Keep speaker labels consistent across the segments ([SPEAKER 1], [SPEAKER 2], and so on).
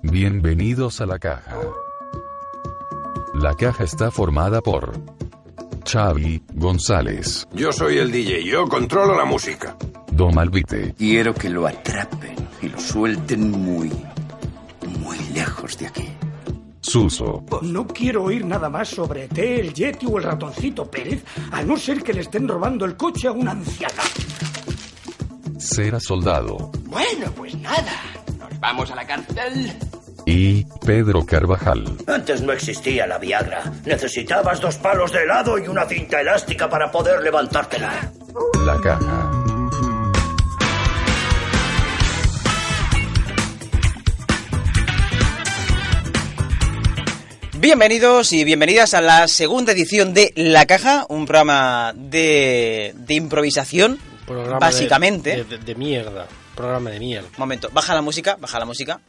[SPEAKER 1] Bienvenidos a la caja. La caja está formada por Xavi González,
[SPEAKER 2] Yo soy el DJ, yo controlo la música.
[SPEAKER 1] Dom Alvite,
[SPEAKER 3] Quiero que lo atrapen y lo suelten muy, muy lejos de aquí.
[SPEAKER 1] Suso,
[SPEAKER 4] No quiero oír nada más sobre T, el Yeti o el ratoncito Pérez, a no ser que le estén robando el coche a una anciana.
[SPEAKER 1] Cera Soldado
[SPEAKER 5] Bueno, pues nada. Nos vamos a la cárcel.
[SPEAKER 1] y Pedro Carvajal.
[SPEAKER 6] Antes no existía la Viagra. Necesitabas dos palos de helado y una cinta elástica para poder levantártela.
[SPEAKER 1] La caja.
[SPEAKER 7] Bienvenidos y bienvenidas a la segunda edición de La Caja, un programa de, de improvisación,
[SPEAKER 8] Programa
[SPEAKER 7] básicamente.
[SPEAKER 8] De, de- de mierda. Programa de mierda.
[SPEAKER 7] Momento, baja la música, baja la música.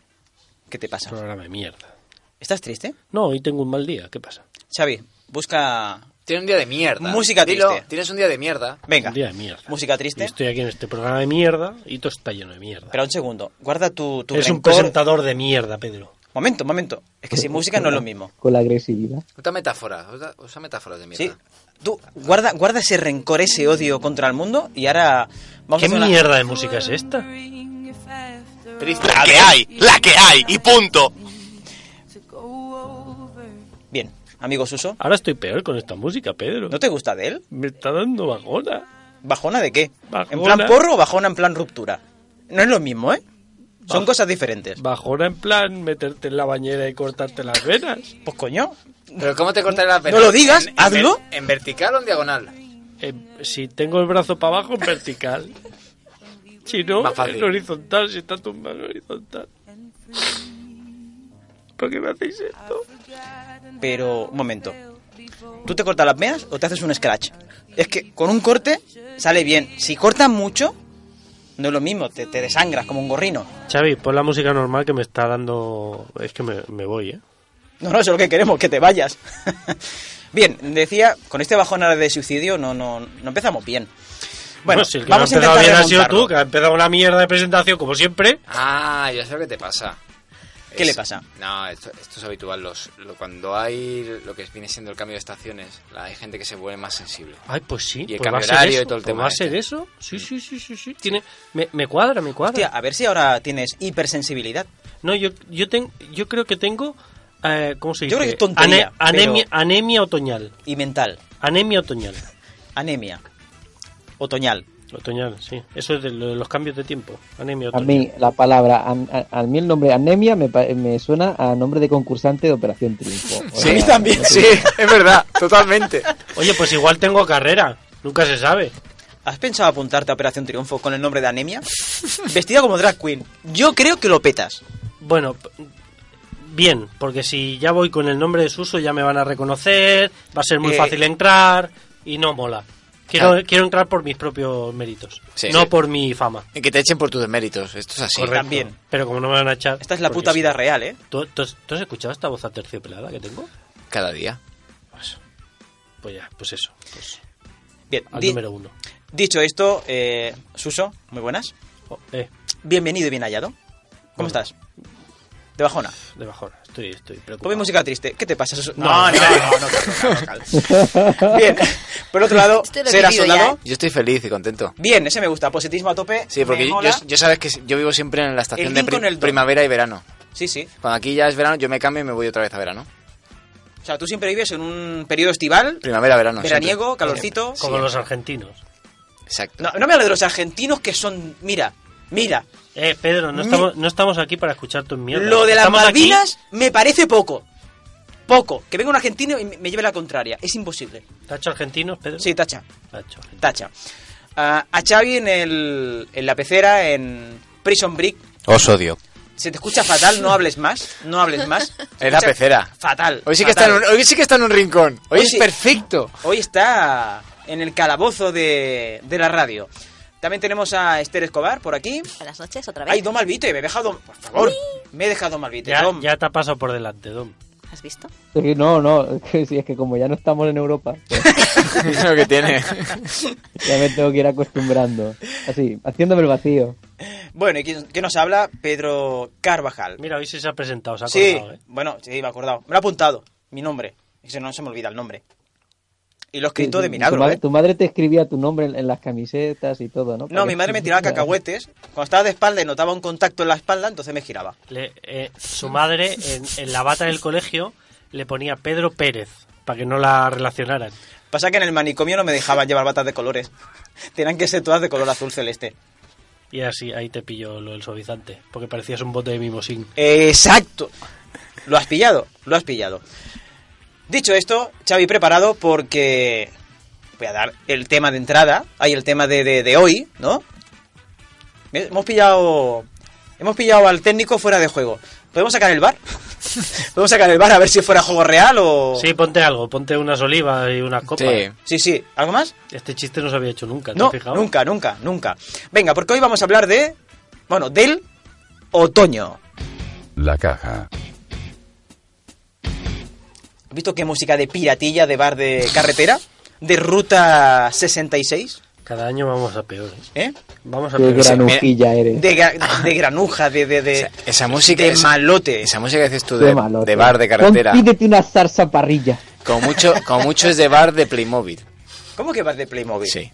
[SPEAKER 7] ¿Qué te pasa?
[SPEAKER 8] Programa de mierda.
[SPEAKER 7] ¿Estás triste?
[SPEAKER 8] No, hoy tengo un mal día. ¿Qué pasa?
[SPEAKER 7] Xavi, busca...
[SPEAKER 9] Tiene un día de mierda.
[SPEAKER 7] Música
[SPEAKER 9] Dilo,
[SPEAKER 7] triste.
[SPEAKER 9] Tienes un día de mierda.
[SPEAKER 7] Venga,
[SPEAKER 8] Un día de mierda.
[SPEAKER 7] música triste.
[SPEAKER 8] Estoy aquí en este programa de mierda y todo está lleno de mierda.
[SPEAKER 7] Pero un segundo, guarda tu, tu
[SPEAKER 8] Eres un
[SPEAKER 7] rencor.
[SPEAKER 8] presentador de mierda, Pedro.
[SPEAKER 7] Momento, momento. Es que sin música no es lo mismo.
[SPEAKER 10] con la agresividad.
[SPEAKER 9] Otra metáfora. Otra, otra metáfora de
[SPEAKER 7] ¿Sí?
[SPEAKER 9] mierda.
[SPEAKER 7] Tú guarda, guarda ese rencor, ese odio contra el mundo y ahora... Vamos a
[SPEAKER 8] ¿Qué
[SPEAKER 7] hacer una-
[SPEAKER 8] mierda de música es esta?
[SPEAKER 9] Triste.
[SPEAKER 11] La que hay, la que hay, y punto.
[SPEAKER 7] Bien, amigo Suso,
[SPEAKER 8] Ahora estoy peor con esta música, Pedro.
[SPEAKER 7] ¿no te gusta de él?
[SPEAKER 8] Me está dando bajona.
[SPEAKER 7] ¿Bajona de qué? ¿En
[SPEAKER 8] Bajona.
[SPEAKER 7] plan porro o bajona en plan ruptura? No es lo mismo, ¿eh? Son cosas diferentes.
[SPEAKER 8] Bajona en plan meterte en la bañera y cortarte las venas.
[SPEAKER 7] Pues coño,
[SPEAKER 9] Pero ¿cómo te cortaré las venas?
[SPEAKER 7] lo digas,
[SPEAKER 9] ¿En- en
[SPEAKER 7] hazlo.
[SPEAKER 9] ver- ¿En vertical o en diagonal?
[SPEAKER 8] Eh, si tengo el brazo para abajo, en vertical. Si no,
[SPEAKER 9] Más fácil.
[SPEAKER 8] en horizontal, si está tumbado en horizontal. ¿Por qué me hacéis esto?
[SPEAKER 7] pero un momento. ¿Tú te cortas las venas o te haces un scratch? Es que con un corte sale bien. Si cortas mucho, no es lo mismo, te, te desangras como un gorrino.
[SPEAKER 8] Xavi, pon la música normal que me está dando... Es que me, me voy, ¿eh?
[SPEAKER 7] No, no, eso es lo que queremos, que te vayas. bien, decía, con este bajón ahora de suicidio no, no, no empezamos bien. Bueno,
[SPEAKER 8] No, si el que
[SPEAKER 7] vamos
[SPEAKER 8] no
[SPEAKER 7] a
[SPEAKER 8] ha empezado
[SPEAKER 7] intentar
[SPEAKER 8] bien ha sido
[SPEAKER 7] remontarlo.
[SPEAKER 8] tú, que ha empezado una mierda de presentación, como siempre.
[SPEAKER 9] Ah, yo sé lo que te pasa.
[SPEAKER 7] ¿Qué le pasa?
[SPEAKER 9] No, esto, esto es habitual. Los, lo- cuando hay lo que viene siendo el cambio de estaciones, la- hay gente que se vuelve más sensible.
[SPEAKER 8] Ay, pues sí,
[SPEAKER 9] Y el
[SPEAKER 8] pues va a
[SPEAKER 9] cambio
[SPEAKER 8] ser
[SPEAKER 9] horario y
[SPEAKER 8] eso.
[SPEAKER 9] todo el
[SPEAKER 8] pues
[SPEAKER 9] tema
[SPEAKER 8] va a
[SPEAKER 9] este.
[SPEAKER 8] ser eso. Sí, sí, sí, sí, sí. Tiene... Me, me cuadra, me cuadra.
[SPEAKER 7] Hostia, a ver si ahora tienes hipersensibilidad.
[SPEAKER 8] No, yo, yo, ten- yo creo que tengo... eh, ¿Cómo se dice?
[SPEAKER 7] Yo creo que es tontería,
[SPEAKER 8] Ane- anemia,
[SPEAKER 7] pero-
[SPEAKER 8] anemia otoñal.
[SPEAKER 7] Y mental,
[SPEAKER 8] Anemia otoñal.
[SPEAKER 7] anemia, otoñal.
[SPEAKER 8] Otoñal, sí. Eso es de lo- los cambios de tiempo. Anemia
[SPEAKER 10] A
[SPEAKER 8] otoñal.
[SPEAKER 10] mí la palabra, a, a- a mí el nombre anemia me, pa- me suena a nombre de concursante de Operación Triunfo. O sea, no sé.
[SPEAKER 9] es verdad, totalmente.
[SPEAKER 8] Oye, pues igual tengo carrera. Nunca se sabe.
[SPEAKER 7] ¿Has pensado apuntarte a Operación Triunfo con el nombre de Anemia? Vestida como drag queen. Yo creo que lo petas.
[SPEAKER 8] Bueno, p- bien, porque si ya voy con el nombre de Suso ya me van a reconocer, va a ser muy
[SPEAKER 7] Eh,
[SPEAKER 8] fácil entrar y no mola. Quiero,
[SPEAKER 9] Claro.
[SPEAKER 8] quiero entrar por mis propios méritos,
[SPEAKER 9] Sí,
[SPEAKER 8] no
[SPEAKER 9] sí.
[SPEAKER 8] por mi fama.
[SPEAKER 9] Y que te echen por tus deméritos. Esto es así.
[SPEAKER 7] Correcto. También.
[SPEAKER 8] Pero como no me van a echar...
[SPEAKER 7] Esta es la
[SPEAKER 8] porque
[SPEAKER 7] puta
[SPEAKER 8] sí.
[SPEAKER 7] vida real, ¿eh?
[SPEAKER 8] ¿Tú, tú has- tú has escuchado esta voz aterciopelada que tengo?
[SPEAKER 9] Cada día.
[SPEAKER 8] Pues ya, pues eso. Pues
[SPEAKER 7] Bien,
[SPEAKER 8] al
[SPEAKER 7] di-
[SPEAKER 8] número uno.
[SPEAKER 7] dicho esto, eh, Suso, muy buenas.
[SPEAKER 8] Oh, eh,
[SPEAKER 7] Bienvenido y bien hallado. ¿Cómo
[SPEAKER 8] Bueno.
[SPEAKER 7] estás? De bajona.
[SPEAKER 8] de bajona. Estoy, estoy preocupado.
[SPEAKER 7] Ponme música triste. ¿Qué te pasa, Suso? no,
[SPEAKER 8] No,
[SPEAKER 7] no, no, no. Bien. Por otro lado,
[SPEAKER 5] Estoy
[SPEAKER 7] será
[SPEAKER 5] decidido ya, ¿eh?
[SPEAKER 7] soldado.
[SPEAKER 9] Yo estoy feliz y contento.
[SPEAKER 7] Bien, ese me gusta. Positivismo a tope.
[SPEAKER 9] Sí, porque
[SPEAKER 7] me
[SPEAKER 9] yo,
[SPEAKER 7] mola.
[SPEAKER 9] yo- yo sabes que yo vivo siempre en la estación
[SPEAKER 7] El
[SPEAKER 9] de
[SPEAKER 7] link con
[SPEAKER 9] pri-
[SPEAKER 7] el don.
[SPEAKER 9] primavera y verano.
[SPEAKER 7] Sí, sí.
[SPEAKER 9] Cuando aquí ya es verano, yo me cambio y me voy otra vez a verano.
[SPEAKER 7] O sea, tú siempre vives en un periodo estival,
[SPEAKER 9] Primavera, verano.
[SPEAKER 7] veraniego,
[SPEAKER 9] siempre.
[SPEAKER 7] calorcito.
[SPEAKER 8] Como los argentinos.
[SPEAKER 9] Exacto.
[SPEAKER 7] No, no me hable de los argentinos que son... Mira, mira.
[SPEAKER 8] Eh, Pedro, no
[SPEAKER 7] Mi-
[SPEAKER 8] estamos, no estamos aquí para escuchar tus mierdas.
[SPEAKER 7] Lo de las
[SPEAKER 8] Estamos aquí-
[SPEAKER 7] Malvinas me parece poco. Poco. Que venga un argentino y me me lleve la contraria. Es imposible.
[SPEAKER 8] ¿Tacho argentinos, Pedro?
[SPEAKER 7] Sí, tacha.
[SPEAKER 8] Tacho argentino.
[SPEAKER 7] Tacha. Ah, a Xavi en, el, en la pecera, en Prison Break.
[SPEAKER 11] Os odio.
[SPEAKER 7] Si te escucha fatal, no hables más. No hables más. Se
[SPEAKER 9] Es la
[SPEAKER 7] escucha
[SPEAKER 9] pecera.
[SPEAKER 7] Fatal.
[SPEAKER 9] Hoy sí, que está en
[SPEAKER 7] fatal.
[SPEAKER 9] un, hoy sí que está en un rincón. Hoy,
[SPEAKER 7] Hoy
[SPEAKER 9] es
[SPEAKER 7] sí.
[SPEAKER 9] perfecto.
[SPEAKER 7] Hoy está en el calabozo de, de la radio. También tenemos a Esther Escobar por aquí.
[SPEAKER 12] Buenas noches, otra vez.
[SPEAKER 7] Ay, Dom Albite, me he dejado. Por favor, me he dejado Malvite.
[SPEAKER 8] Ya,
[SPEAKER 7] Dom.
[SPEAKER 8] ya te ha pasado por delante, Dom.
[SPEAKER 12] ¿Has visto?
[SPEAKER 10] Es que no, no, es que, sí, es que como ya no estamos en Europa, pues,
[SPEAKER 9] Es lo que tiene.
[SPEAKER 10] ya me tengo que ir acostumbrando. Así, haciéndome el vacío.
[SPEAKER 7] Bueno, ¿y quién, quién nos habla? Pedro Carvajal.
[SPEAKER 8] Mira, hoy sí se ha presentado, se ha
[SPEAKER 7] Sí,
[SPEAKER 8] acordado, ¿eh?
[SPEAKER 7] bueno, sí, me he acordado. Me lo ha apuntado, mi nombre. Y si no, se me olvida el nombre. Y lo he escrito
[SPEAKER 10] Sí,
[SPEAKER 7] de
[SPEAKER 10] tu
[SPEAKER 7] milagro,
[SPEAKER 10] madre-
[SPEAKER 7] ¿eh?
[SPEAKER 10] Tu madre te escribía tu nombre en, en las camisetas y todo, ¿no?
[SPEAKER 7] No, mi madre me tiraba cacahuetes. Cuando estaba de espalda y notaba un contacto en la espalda, entonces me giraba.
[SPEAKER 8] Le- eh, su madre, en, en la bata del colegio, le ponía Pedro Pérez, para que no la relacionaran.
[SPEAKER 7] Pasa que en el manicomio no me dejaban llevar batas de colores. Tenían que ser todas de color azul celeste.
[SPEAKER 8] Y así, ahí te pilló lo del suavizante, porque parecías un bote de mimosín.
[SPEAKER 7] Exacto. Lo has pillado, lo has pillado. Dicho esto, Xavi, preparado porque voy a dar el tema de entrada, hay el tema de, de- de hoy, ¿no? ¿Ves? Hemos pillado hemos pillado al técnico fuera de juego. ¿Podemos sacar el bar? ¿Podemos sacar el bar a ver si fuera juego real o...?
[SPEAKER 8] Sí, ponte algo, ponte unas olivas y unas copas.
[SPEAKER 7] Oh. Sí. sí, ¿Algo más?
[SPEAKER 8] Este chiste no se había hecho nunca, ¿te
[SPEAKER 7] No,
[SPEAKER 8] has fijado?
[SPEAKER 7] nunca, nunca, nunca. Venga, porque hoy vamos a hablar de... Bueno, del otoño.
[SPEAKER 1] La caja.
[SPEAKER 7] ¿Has visto qué música de piratilla, de bar de carretera? ¿De ruta 66?
[SPEAKER 8] Cada año vamos a peor.
[SPEAKER 7] ¿Eh?
[SPEAKER 8] Vamos a
[SPEAKER 10] Qué
[SPEAKER 8] peor.
[SPEAKER 10] granujilla eres.
[SPEAKER 7] De, gra- de granuja, de... de, de-
[SPEAKER 9] Esa música.
[SPEAKER 7] De
[SPEAKER 9] esa-
[SPEAKER 7] malote.
[SPEAKER 9] Esa música que dices tú
[SPEAKER 10] Qué
[SPEAKER 9] de,
[SPEAKER 10] malote.
[SPEAKER 9] de bar de carretera.
[SPEAKER 10] Pon, pídete una zarza parrilla.
[SPEAKER 9] Como mucho, como mucho es de bar de Playmobil.
[SPEAKER 7] ¿Cómo que bar de Playmobil?
[SPEAKER 9] Sí.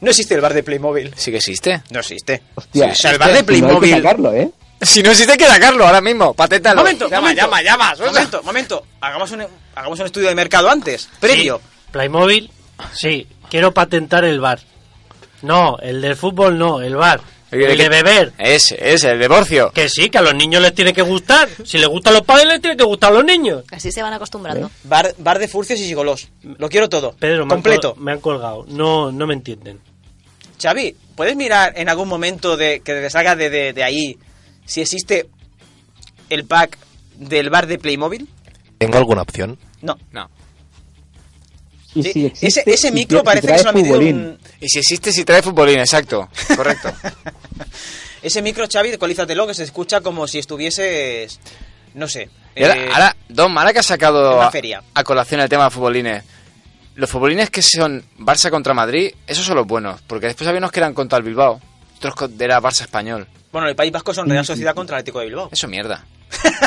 [SPEAKER 7] No existe el bar de Playmobil.
[SPEAKER 9] Sí que existe.
[SPEAKER 7] No existe.
[SPEAKER 10] Hostia,
[SPEAKER 9] Sí, o sea, el bar de
[SPEAKER 10] si no hay que
[SPEAKER 9] Playmobil.
[SPEAKER 10] sacarlo, ¿eh?
[SPEAKER 9] Si no existe, hay que sacarlo ahora mismo. Patétalo.
[SPEAKER 7] Momento,
[SPEAKER 9] llama,
[SPEAKER 7] momento.
[SPEAKER 9] llama, llama, suelta.
[SPEAKER 7] Momento, momento. Hagamos un, hagamos un estudio de mercado antes, previo.
[SPEAKER 8] Playmobil, sí, quiero patentar el bar. No, el del fútbol no, el bar.
[SPEAKER 9] Oye,
[SPEAKER 8] El
[SPEAKER 9] que-
[SPEAKER 8] de beber.
[SPEAKER 9] Ese, ese, el divorcio.
[SPEAKER 8] Que sí, que a los niños les tiene que gustar. Si les gustan los padres, les tiene que gustar a los niños.
[SPEAKER 12] Así se van acostumbrando.
[SPEAKER 7] Bar, bar de furcios y gigolos. Lo quiero todo.
[SPEAKER 8] Pedro, me han
[SPEAKER 7] completo.
[SPEAKER 8] col- me han colgado. No, no me entienden.
[SPEAKER 7] Xavi, ¿puedes mirar en algún momento de que te salga de, de- de ahí si existe el pack del bar de Playmobil?
[SPEAKER 11] ¿Tengo alguna opción?
[SPEAKER 7] No.
[SPEAKER 9] No.
[SPEAKER 10] Y
[SPEAKER 7] Sí,
[SPEAKER 10] si existe,
[SPEAKER 7] ese- ese
[SPEAKER 10] si
[SPEAKER 7] micro
[SPEAKER 10] tie- si
[SPEAKER 7] parece que
[SPEAKER 10] trae
[SPEAKER 7] solamente tiene
[SPEAKER 10] futbolín.
[SPEAKER 7] un-
[SPEAKER 9] Y si existe, si trae futbolín, exacto. Correcto.
[SPEAKER 7] Ese micro, Xavi, ecualízatelo, que se escucha como si estuvieses... No sé.
[SPEAKER 9] Y ahora,
[SPEAKER 7] eh,
[SPEAKER 9] ahora, Dom, ahora que has
[SPEAKER 7] en
[SPEAKER 9] sacado
[SPEAKER 7] una
[SPEAKER 9] a,
[SPEAKER 7] feria.
[SPEAKER 9] a colación el tema de futbolines, los futbolines que son Barça contra Madrid, esos son los buenos, porque después había unos que eran contra el Bilbao, otros co- era Barça español.
[SPEAKER 7] Bueno, el País Vasco son Real Sociedad contra el Atlético de Bilbao.
[SPEAKER 9] Eso mierda.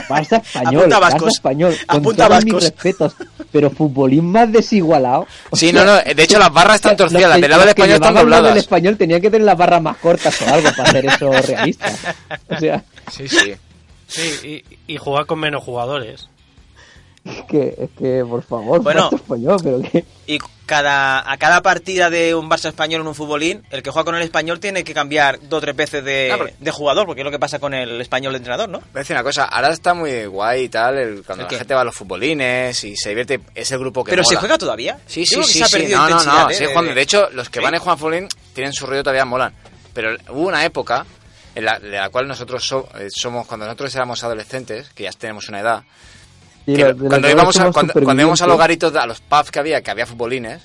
[SPEAKER 10] Barça español,
[SPEAKER 7] Apunta
[SPEAKER 10] Barça
[SPEAKER 7] vascos.
[SPEAKER 10] español. Con
[SPEAKER 7] Apunta
[SPEAKER 10] todos mis
[SPEAKER 7] vascos.
[SPEAKER 10] respetos, pero futbolín más desigualado. O
[SPEAKER 9] Sí,
[SPEAKER 10] sea,
[SPEAKER 9] no, no, de hecho las barras están
[SPEAKER 10] los
[SPEAKER 9] torcidas,
[SPEAKER 10] que-
[SPEAKER 9] las del lado del
[SPEAKER 10] los que
[SPEAKER 9] español están
[SPEAKER 10] llevaban la del
[SPEAKER 9] dobladas.
[SPEAKER 10] español tenía que tener las barras más cortas o algo para hacer eso realista. O sea,
[SPEAKER 9] Sí, sí.
[SPEAKER 8] Sí, y, y jugar con menos jugadores.
[SPEAKER 10] es que, es que por favor,
[SPEAKER 7] Bueno.
[SPEAKER 10] Barça español, pero que...
[SPEAKER 7] Y cada, a cada partida de un Barça español en un futbolín, el que juega con el español tiene que cambiar dos o tres veces de,
[SPEAKER 9] Ah, porque-
[SPEAKER 7] de jugador, porque es lo que pasa con el español de entrenador, ¿no?
[SPEAKER 9] Voy a decir una cosa, ahora está muy guay y tal, el- cuando
[SPEAKER 7] ¿El
[SPEAKER 9] la
[SPEAKER 7] qué?
[SPEAKER 9] gente va a los futbolines y se divierte, es el grupo que
[SPEAKER 7] Pero se
[SPEAKER 9] mola.
[SPEAKER 7] juega todavía.
[SPEAKER 9] Sí,
[SPEAKER 7] Yo
[SPEAKER 9] sí,
[SPEAKER 7] creo que
[SPEAKER 9] sí,
[SPEAKER 7] se ha
[SPEAKER 9] sí.
[SPEAKER 7] perdido
[SPEAKER 9] No, no,
[SPEAKER 7] intensidad,
[SPEAKER 9] no.
[SPEAKER 7] ¿eh?
[SPEAKER 9] sigue jugando. De hecho, los que
[SPEAKER 7] Sí.
[SPEAKER 9] van a jugar Fulín tienen su rollo todavía molan. Pero hubo una época en la, de la cual nosotros so- eh, somos, cuando nosotros éramos adolescentes, que ya tenemos una edad,
[SPEAKER 10] y
[SPEAKER 9] que
[SPEAKER 10] lo- de
[SPEAKER 9] lo-
[SPEAKER 10] lo
[SPEAKER 9] cuando,
[SPEAKER 10] que
[SPEAKER 9] íbamos a,
[SPEAKER 10] somos
[SPEAKER 9] cuando, cuando íbamos a los
[SPEAKER 10] supervivientes.
[SPEAKER 9] garitos, a los pubs que había, que había futbolines,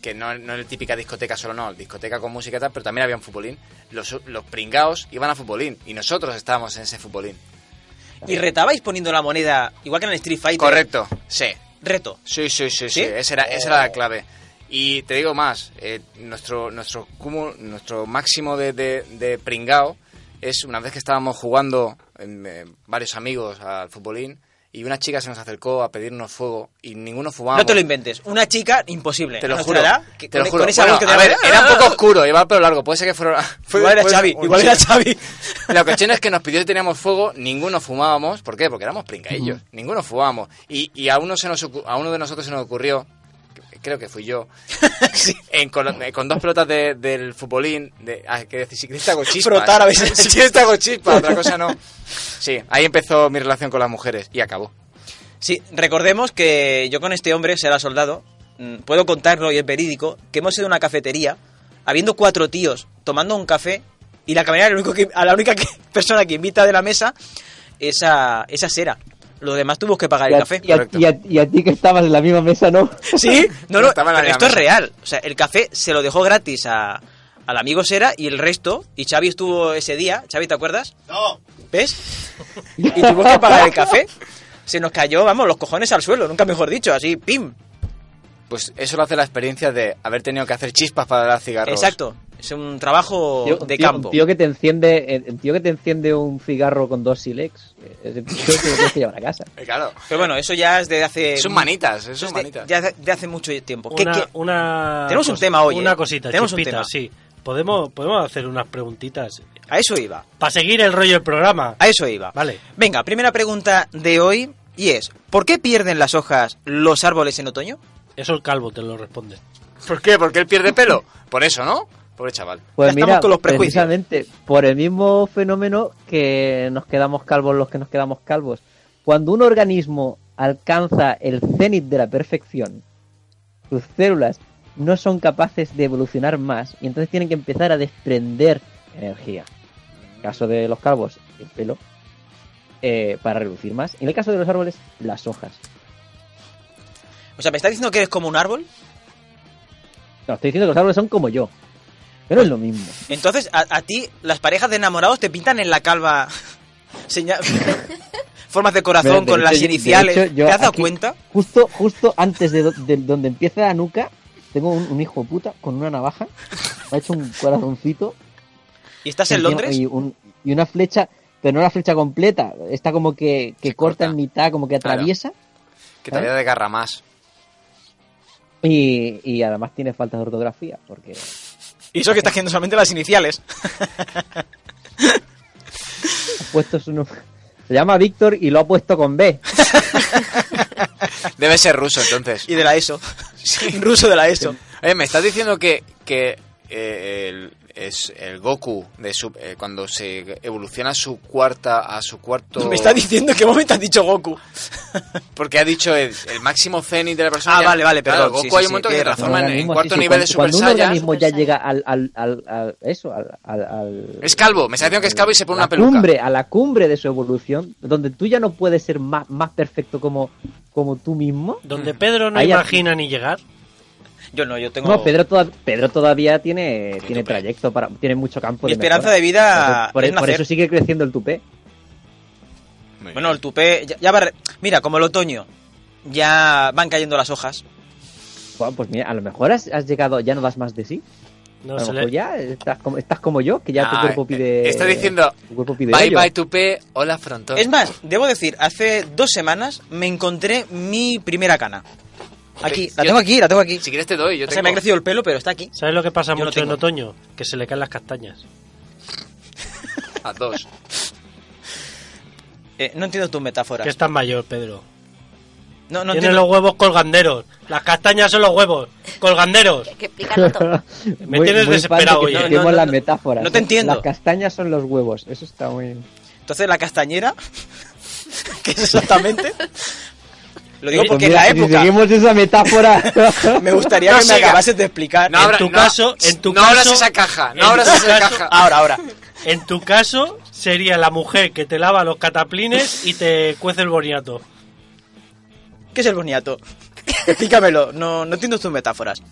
[SPEAKER 9] que no, no era la típica discoteca solo, no, discoteca con música y tal, pero también había un futbolín. Los, los pringaos iban a futbolín y nosotros estábamos en ese futbolín.
[SPEAKER 7] Y retabais poniendo la moneda, igual que en el Street Fighter.
[SPEAKER 9] Correcto, sí.
[SPEAKER 7] Reto.
[SPEAKER 9] Sí, sí, sí,
[SPEAKER 7] ¿Sí? Oh.
[SPEAKER 9] sí. Esa, era, esa era la clave. Y te digo más, eh, nuestro, nuestro, cúmulo- nuestro máximo de, de, de pringao es una vez que estábamos jugando em, eh, varios amigos al futbolín y una chica se nos acercó a pedirnos fuego y ninguno fumaba.
[SPEAKER 7] No te lo inventes. Una chica, imposible.
[SPEAKER 9] Te lo
[SPEAKER 7] A nuestra
[SPEAKER 9] juro.
[SPEAKER 7] edad, que-
[SPEAKER 9] te lo
[SPEAKER 7] con-
[SPEAKER 9] juro.
[SPEAKER 7] con esa
[SPEAKER 9] Bueno,
[SPEAKER 7] voz que te
[SPEAKER 9] a
[SPEAKER 7] da-
[SPEAKER 9] ver, era un poco oscuro, iba pero largo. Puede ser que fuera. fue-
[SPEAKER 7] Igual era
[SPEAKER 9] fue
[SPEAKER 7] Xavi,
[SPEAKER 9] un
[SPEAKER 7] igual era
[SPEAKER 9] chico.
[SPEAKER 7] Xavi.
[SPEAKER 9] La cuestión es que nos pidió que teníamos fuego, ninguno fumábamos. ¿Por qué? Porque éramos pringaillos. Ninguno fumábamos. Y, y a, uno se nos, ocu- a uno de nosotros se nos ocurrió, que- creo que fui yo, en, con, eh, con dos pelotas de- del futbolín, de, ah, que decir, si quieres te hago chispa.
[SPEAKER 7] Frotar a veces.
[SPEAKER 9] Si quieres te hago chispa, otra cosa no. Sí, ahí empezó mi relación con las mujeres y acabó.
[SPEAKER 7] Sí, recordemos que yo con este hombre, será soldado, mm, puedo contarlo y es verídico, que hemos ido a una cafetería, habiendo cuatro tíos tomando un café Y la camarera, el único que- a la única que- persona que invita de la mesa es a, es a Sera. Los demás tuvimos que pagar
[SPEAKER 10] Y
[SPEAKER 7] el
[SPEAKER 10] a-
[SPEAKER 7] café.
[SPEAKER 10] y a- y a- y a ti que estabas en la misma mesa, ¿no?
[SPEAKER 7] Sí, no, no,
[SPEAKER 10] Estaba en la
[SPEAKER 7] pero esto es
[SPEAKER 10] mesa.
[SPEAKER 7] real. O sea, el café se lo dejó gratis a, al amigo Sera y el resto. Y Xavi estuvo ese día. Xavi, ¿te acuerdas? No. ¿Ves? Y tuvimos que pagar el café. Se nos cayó, vamos, los cojones al suelo, nunca mejor dicho, así, pim.
[SPEAKER 9] Pues eso lo hace la experiencia de haber tenido que hacer chispas para dar cigarros.
[SPEAKER 7] Exacto. Es un trabajo
[SPEAKER 10] Tío,
[SPEAKER 7] de
[SPEAKER 10] tío-
[SPEAKER 7] campo.
[SPEAKER 10] Tío que te enciende, eh, el tío que te enciende un cigarro con dos silex. eh, Ese tío te lo tienes que llevar a casa.
[SPEAKER 9] Eh, Claro.
[SPEAKER 7] Pero bueno, eso ya es de hace.
[SPEAKER 9] Son manitas, eso
[SPEAKER 7] eso
[SPEAKER 9] es
[SPEAKER 7] es de-
[SPEAKER 9] manitas.
[SPEAKER 7] Eh, ya de, de hace mucho tiempo. ¿Qué-
[SPEAKER 8] Una,
[SPEAKER 7] qué?
[SPEAKER 8] una
[SPEAKER 7] Tenemos un
[SPEAKER 8] cosa-
[SPEAKER 7] tema hoy,
[SPEAKER 8] Una
[SPEAKER 7] eh.
[SPEAKER 8] cosita,
[SPEAKER 7] Tenemos un
[SPEAKER 8] chispita,
[SPEAKER 7] tema.
[SPEAKER 8] sí. Podemos, podemos hacer unas preguntitas.
[SPEAKER 7] A eso iba.
[SPEAKER 8] Para seguir el rollo del programa.
[SPEAKER 7] A eso iba.
[SPEAKER 8] Vale.
[SPEAKER 7] Venga, primera pregunta de hoy y es: ¿Por qué pierden las hojas los árboles en otoño?
[SPEAKER 8] Eso el calvo te lo responde.
[SPEAKER 9] ¿Por qué? Porque él pierde pelo. Por eso, ¿no? Por el chaval.
[SPEAKER 10] Pues
[SPEAKER 9] Ya
[SPEAKER 10] mira,
[SPEAKER 9] estamos con los prejuicios.
[SPEAKER 10] precisamente por el mismo fenómeno que nos quedamos calvos los que nos quedamos calvos. Cuando un organismo alcanza el cenit de la perfección, sus células no son capaces de evolucionar más y entonces tienen que empezar a desprender energía. En el caso de los calvos, el pelo, eh, para reducir más. En el caso de los árboles, las hojas.
[SPEAKER 7] O sea, ¿me estás diciendo que eres como un árbol?
[SPEAKER 10] No, estoy diciendo que los árboles son como yo, pero es lo mismo.
[SPEAKER 7] Entonces, a, a ti, las parejas de enamorados te pintan en la calva señal- formas de corazón
[SPEAKER 10] Mira, de
[SPEAKER 7] con
[SPEAKER 10] hecho,
[SPEAKER 7] las
[SPEAKER 10] yo- de
[SPEAKER 7] iniciales.
[SPEAKER 10] hecho, yo
[SPEAKER 7] ¿Te has dado
[SPEAKER 10] aquí-
[SPEAKER 7] cuenta?
[SPEAKER 10] Justo, justo antes de, do- de donde empieza la nuca, tengo un, un hijo de puta con una navaja. Me ha hecho un corazoncito.
[SPEAKER 7] ¿Y estás en
[SPEAKER 10] Encima-
[SPEAKER 7] Londres?
[SPEAKER 10] Y, un- y una flecha, pero no la flecha completa. Está como que, que corta, en mitad, como que
[SPEAKER 9] Claro.
[SPEAKER 10] atraviesa.
[SPEAKER 9] Que te había de garra más.
[SPEAKER 10] Y, y además tiene falta de ortografía, porque...
[SPEAKER 7] Y eso que estás haciendo solamente las iniciales.
[SPEAKER 10] ha puesto su nom- Se llama Víctor y lo ha puesto con B.
[SPEAKER 9] Debe ser ruso, entonces.
[SPEAKER 7] Y de la ESO. Ruso de la ESO.
[SPEAKER 9] Oye, me estás diciendo que, que eh, el, es el Goku de su- eh, cuando se evoluciona su cuarta a su cuarto.
[SPEAKER 7] Me estás diciendo en qué momento has dicho Goku.
[SPEAKER 9] Porque ha dicho el, el máximo zenit de la persona.
[SPEAKER 7] Ah, vale, vale,
[SPEAKER 9] Claro,
[SPEAKER 7] perdón,
[SPEAKER 9] Goku
[SPEAKER 7] sí, sí,
[SPEAKER 9] hay un
[SPEAKER 7] sí,
[SPEAKER 9] momento que
[SPEAKER 7] tienes
[SPEAKER 9] transforma
[SPEAKER 7] razón.
[SPEAKER 9] en- en
[SPEAKER 10] Organismo,
[SPEAKER 9] cuarto
[SPEAKER 10] sí, sí,
[SPEAKER 9] nivel de
[SPEAKER 10] cuando-
[SPEAKER 9] Super
[SPEAKER 10] Cuando un
[SPEAKER 9] Saiyan.
[SPEAKER 10] organismo ya llega al... al, al, al- eso, al- al- al
[SPEAKER 9] Es calvo, me está diciendo que es calvo y se pone una
[SPEAKER 10] la
[SPEAKER 9] peluca.
[SPEAKER 10] cumbre, a la cumbre de su evolución, donde tú ya no puedes ser más, más perfecto como, como tú mismo.
[SPEAKER 8] Donde Pedro no
[SPEAKER 10] Ahí a-
[SPEAKER 8] imagina ni llegar.
[SPEAKER 7] Yo no, yo tengo.
[SPEAKER 10] No, Pedro, toda- Pedro todavía tiene, tiene trayecto, para, tiene mucho campo
[SPEAKER 7] Mi
[SPEAKER 10] de
[SPEAKER 7] esperanza
[SPEAKER 10] mejora.
[SPEAKER 7] de vida
[SPEAKER 10] Por,
[SPEAKER 7] es
[SPEAKER 10] por
[SPEAKER 7] nacer.
[SPEAKER 10] eso sigue creciendo el tupé.
[SPEAKER 7] Bueno, el tupé. Ya, ya va. re- Mira, como el otoño. Ya van cayendo las hojas.
[SPEAKER 10] Bueno, pues mira, a lo mejor has, has llegado, ya no das más de sí.
[SPEAKER 7] No
[SPEAKER 10] a lo
[SPEAKER 7] se
[SPEAKER 10] mejor
[SPEAKER 7] le-
[SPEAKER 10] ya estás como, estás como yo, que ya tu
[SPEAKER 9] Ah,
[SPEAKER 10] cuerpo
[SPEAKER 9] eh,
[SPEAKER 10] pide.
[SPEAKER 9] está diciendo,
[SPEAKER 10] tu cuerpo pide
[SPEAKER 9] Bye
[SPEAKER 10] ello.
[SPEAKER 9] bye tupé, hola frontón.
[SPEAKER 7] Es más, debo decir, hace dos semanas me encontré mi primera cana. Aquí, la
[SPEAKER 9] Yo-
[SPEAKER 7] tengo aquí, la tengo aquí.
[SPEAKER 9] Si quieres te doy, yo
[SPEAKER 7] O sea, me ha
[SPEAKER 9] tengo.
[SPEAKER 7] crecido el pelo, pero está aquí.
[SPEAKER 8] ¿Sabes lo que pasa
[SPEAKER 7] Yo no
[SPEAKER 8] mucho en
[SPEAKER 7] tengo.
[SPEAKER 8] otoño? Que se le caen las castañas.
[SPEAKER 9] A dos.
[SPEAKER 7] Eh, no entiendo tus metáforas.
[SPEAKER 8] Que estás mayor, Pedro.
[SPEAKER 7] No, no
[SPEAKER 8] Tiene
[SPEAKER 7] entiendo.
[SPEAKER 8] los huevos colganderos. Las castañas son los huevos colganderos. Me
[SPEAKER 10] Muy- muy
[SPEAKER 8] tienes
[SPEAKER 10] fan de
[SPEAKER 8] desesperado,
[SPEAKER 10] que
[SPEAKER 8] oye.
[SPEAKER 10] te hicimos las metáforas. ¿eh?
[SPEAKER 7] no te entiendo.
[SPEAKER 10] Las castañas son los huevos. Eso está muy.
[SPEAKER 7] Entonces, la castañera, ¿qué es exactamente? Lo digo
[SPEAKER 10] Pues
[SPEAKER 7] porque
[SPEAKER 10] mira,
[SPEAKER 7] en la
[SPEAKER 10] Si
[SPEAKER 7] época
[SPEAKER 10] seguimos esa metáfora.
[SPEAKER 7] me gustaría
[SPEAKER 9] No
[SPEAKER 7] que me
[SPEAKER 9] siga.
[SPEAKER 7] acabases de explicar.
[SPEAKER 9] No abra-
[SPEAKER 8] en tu
[SPEAKER 9] no-
[SPEAKER 8] caso, en tu
[SPEAKER 9] no
[SPEAKER 8] caso,
[SPEAKER 9] abras esa caja, no
[SPEAKER 8] en
[SPEAKER 9] abras
[SPEAKER 8] tu
[SPEAKER 9] esa
[SPEAKER 8] caso-
[SPEAKER 9] caja.
[SPEAKER 7] Ahora, ahora.
[SPEAKER 8] En tu caso, sería la mujer que te lava los cataplines y te cuece el boniato.
[SPEAKER 7] ¿Qué es el boniato? Explícamelo, no, no entiendo tus metáforas.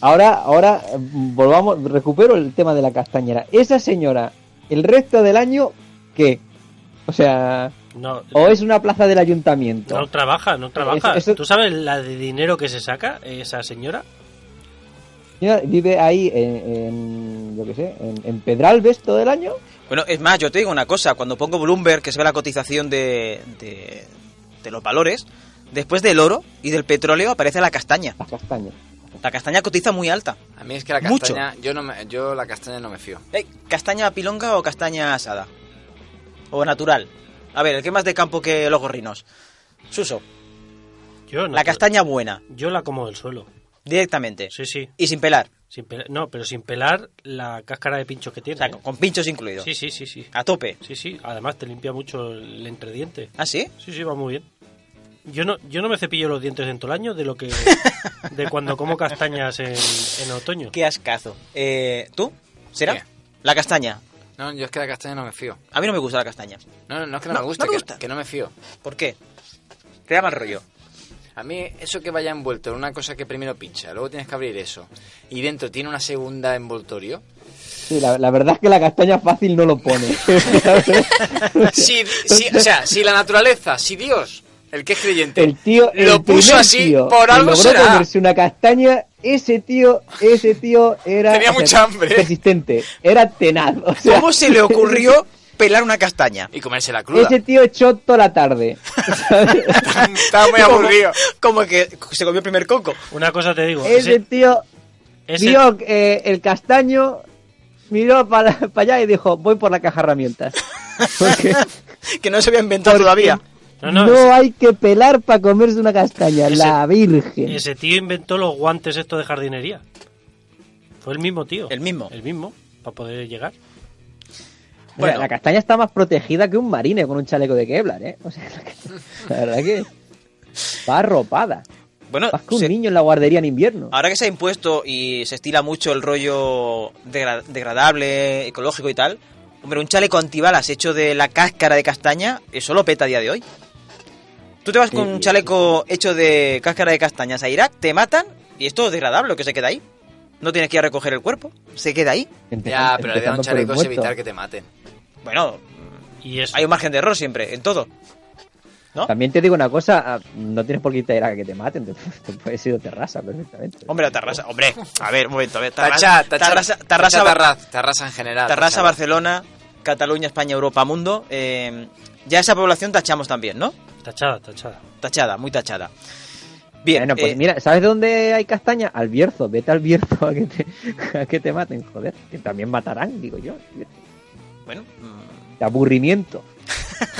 [SPEAKER 10] Ahora, ahora eh, volvamos, recupero el tema de la castañera. Esa señora, el resto del año, ¿qué? O sea,
[SPEAKER 8] No,
[SPEAKER 10] o es una plaza del ayuntamiento.
[SPEAKER 8] no trabaja, no trabaja.
[SPEAKER 10] Eso- eso-
[SPEAKER 8] ¿Tú sabes la de dinero que se saca esa señora?
[SPEAKER 10] Señora, Vive ahí en, en, yo qué sé, en, en Pedralbes todo el año.
[SPEAKER 7] Bueno, es más, yo te digo una cosa. Cuando pongo Bloomberg, que se ve la cotización de, de, de los valores, después del oro y del petróleo aparece la castaña.
[SPEAKER 10] La castaña.
[SPEAKER 7] La castaña cotiza muy alta.
[SPEAKER 9] A mí es que la
[SPEAKER 7] Mucho.
[SPEAKER 9] castaña, yo no me, yo la castaña no me fío.
[SPEAKER 7] Eh, ¿Castaña pilonga o castaña asada? ¿O natural? A ver, ¿el que más de campo que los gorrinos? Suso,
[SPEAKER 8] Yo no.
[SPEAKER 7] la castaña buena,
[SPEAKER 8] Yo la como del suelo.
[SPEAKER 7] directamente.
[SPEAKER 8] Sí, sí.
[SPEAKER 7] Y sin pelar,
[SPEAKER 8] Sin pelar- no, pero sin pelar la cáscara de pinchos que tiene. ¿eh?
[SPEAKER 7] con pinchos incluidos.
[SPEAKER 8] Sí, sí, sí, sí.
[SPEAKER 7] A tope.
[SPEAKER 8] Sí, sí. Además te limpia mucho el entrediente.
[SPEAKER 7] ¿Ah, sí?
[SPEAKER 8] Sí, sí, va muy bien. Yo no, yo no me cepillo los dientes en todo el año de lo que de cuando como castañas en, en otoño.
[SPEAKER 7] Qué ascazo. Eh, ¿Tú? ¿Será?
[SPEAKER 9] Bien.
[SPEAKER 7] La castaña.
[SPEAKER 9] No, yo es que la castaña no me fío.
[SPEAKER 7] A mí no me gusta la castaña.
[SPEAKER 9] No, no, no es que no, me guste,
[SPEAKER 7] no
[SPEAKER 9] que-
[SPEAKER 7] me gusta.
[SPEAKER 9] Que, no me fío.
[SPEAKER 7] ¿Por qué? Te da mal rollo.
[SPEAKER 9] A mí eso que vaya envuelto en una cosa que primero pincha, luego tienes que abrir eso, y dentro tiene una segunda envoltorio.
[SPEAKER 10] Sí, la, la verdad es que la castaña fácil no lo pone.
[SPEAKER 9] si, si- o sea, si la naturaleza, si Dios, el que es creyente,
[SPEAKER 10] El tío, el
[SPEAKER 9] lo puso
[SPEAKER 10] primer
[SPEAKER 9] así,
[SPEAKER 10] tío
[SPEAKER 9] por
[SPEAKER 10] que
[SPEAKER 9] algo
[SPEAKER 10] logró
[SPEAKER 9] será.
[SPEAKER 10] comerse una castaña, ese tío, ese tío era
[SPEAKER 7] Tenía mucha
[SPEAKER 10] per-
[SPEAKER 7] hambre.
[SPEAKER 10] persistente, era tenaz. o sea,
[SPEAKER 7] ¿Cómo se le ocurrió pelar una castaña?
[SPEAKER 9] Y comérsela
[SPEAKER 10] Ese tío echó toda la tarde.
[SPEAKER 9] Estaba
[SPEAKER 7] muy aburrido. Como que se comió el primer coco.
[SPEAKER 8] Una cosa te digo.
[SPEAKER 10] Ese
[SPEAKER 8] Ese,
[SPEAKER 10] tío
[SPEAKER 8] ese-
[SPEAKER 10] vio eh, el castaño, miró para, allá y dijo, voy por la caja de herramientas. Porque
[SPEAKER 7] que no se había inventado todavía.
[SPEAKER 10] no, hay que pelar para comerse una castaña, la virgen.
[SPEAKER 8] ese tío inventó los guantes estos de jardinería. Fue el mismo tío. El
[SPEAKER 7] mismo.
[SPEAKER 8] El mismo, para poder llegar.
[SPEAKER 10] O sea, la castaña está más protegida que un marine con un chaleco de Kevlar, ¿eh? O sea, la, que- la verdad que va arropada.
[SPEAKER 7] Bueno,
[SPEAKER 10] Más que un niño en la guardería en invierno.
[SPEAKER 7] Ahora que se ha impuesto y se estila mucho el rollo degra- degradable, ecológico y tal, hombre, un chaleco antibalas hecho de la cáscara de castaña, eso lo peta a día de hoy. Tú te vas con
[SPEAKER 10] Sí,
[SPEAKER 7] un chaleco hecho de cáscara de castañas a Irak, te matan y esto es degradable lo que se queda ahí. No tienes que ir a recoger el cuerpo, se queda ahí.
[SPEAKER 9] Ya, pero la idea de un
[SPEAKER 10] Empezando por el
[SPEAKER 9] chaleco es
[SPEAKER 10] muerto.
[SPEAKER 9] evitar que te maten.
[SPEAKER 7] Bueno,
[SPEAKER 8] ¿Y eso?
[SPEAKER 7] hay un margen de error siempre, en todo.
[SPEAKER 10] También te digo una cosa, ah, no tienes por qué irte a Irak a que te maten, te, te puedes ir de terraza perfectamente.
[SPEAKER 7] Hombre, la Tarrasa, hombre, a ver, un momento, a ver,
[SPEAKER 9] Tacha,
[SPEAKER 7] Tarrasa,
[SPEAKER 9] tacha,
[SPEAKER 7] Tarrasa,
[SPEAKER 9] tacha
[SPEAKER 7] Tarrasa,
[SPEAKER 9] Tarraz- Tarrasa en general.
[SPEAKER 7] Tarrasa,
[SPEAKER 9] tacha.
[SPEAKER 7] Barcelona, Cataluña, España, Europa, Mundo. eh, ya esa población tachamos también, ¿no?
[SPEAKER 8] Tachada, tachada.
[SPEAKER 7] Tachada, muy tachada. Bien,
[SPEAKER 10] Bueno, pues
[SPEAKER 7] eh,
[SPEAKER 10] mira, ¿sabes de dónde hay castaña? Al Bierzo, vete al Bierzo a que te, a que te maten, joder, que también matarán, digo yo.
[SPEAKER 7] bueno, mm,
[SPEAKER 10] De aburrimiento,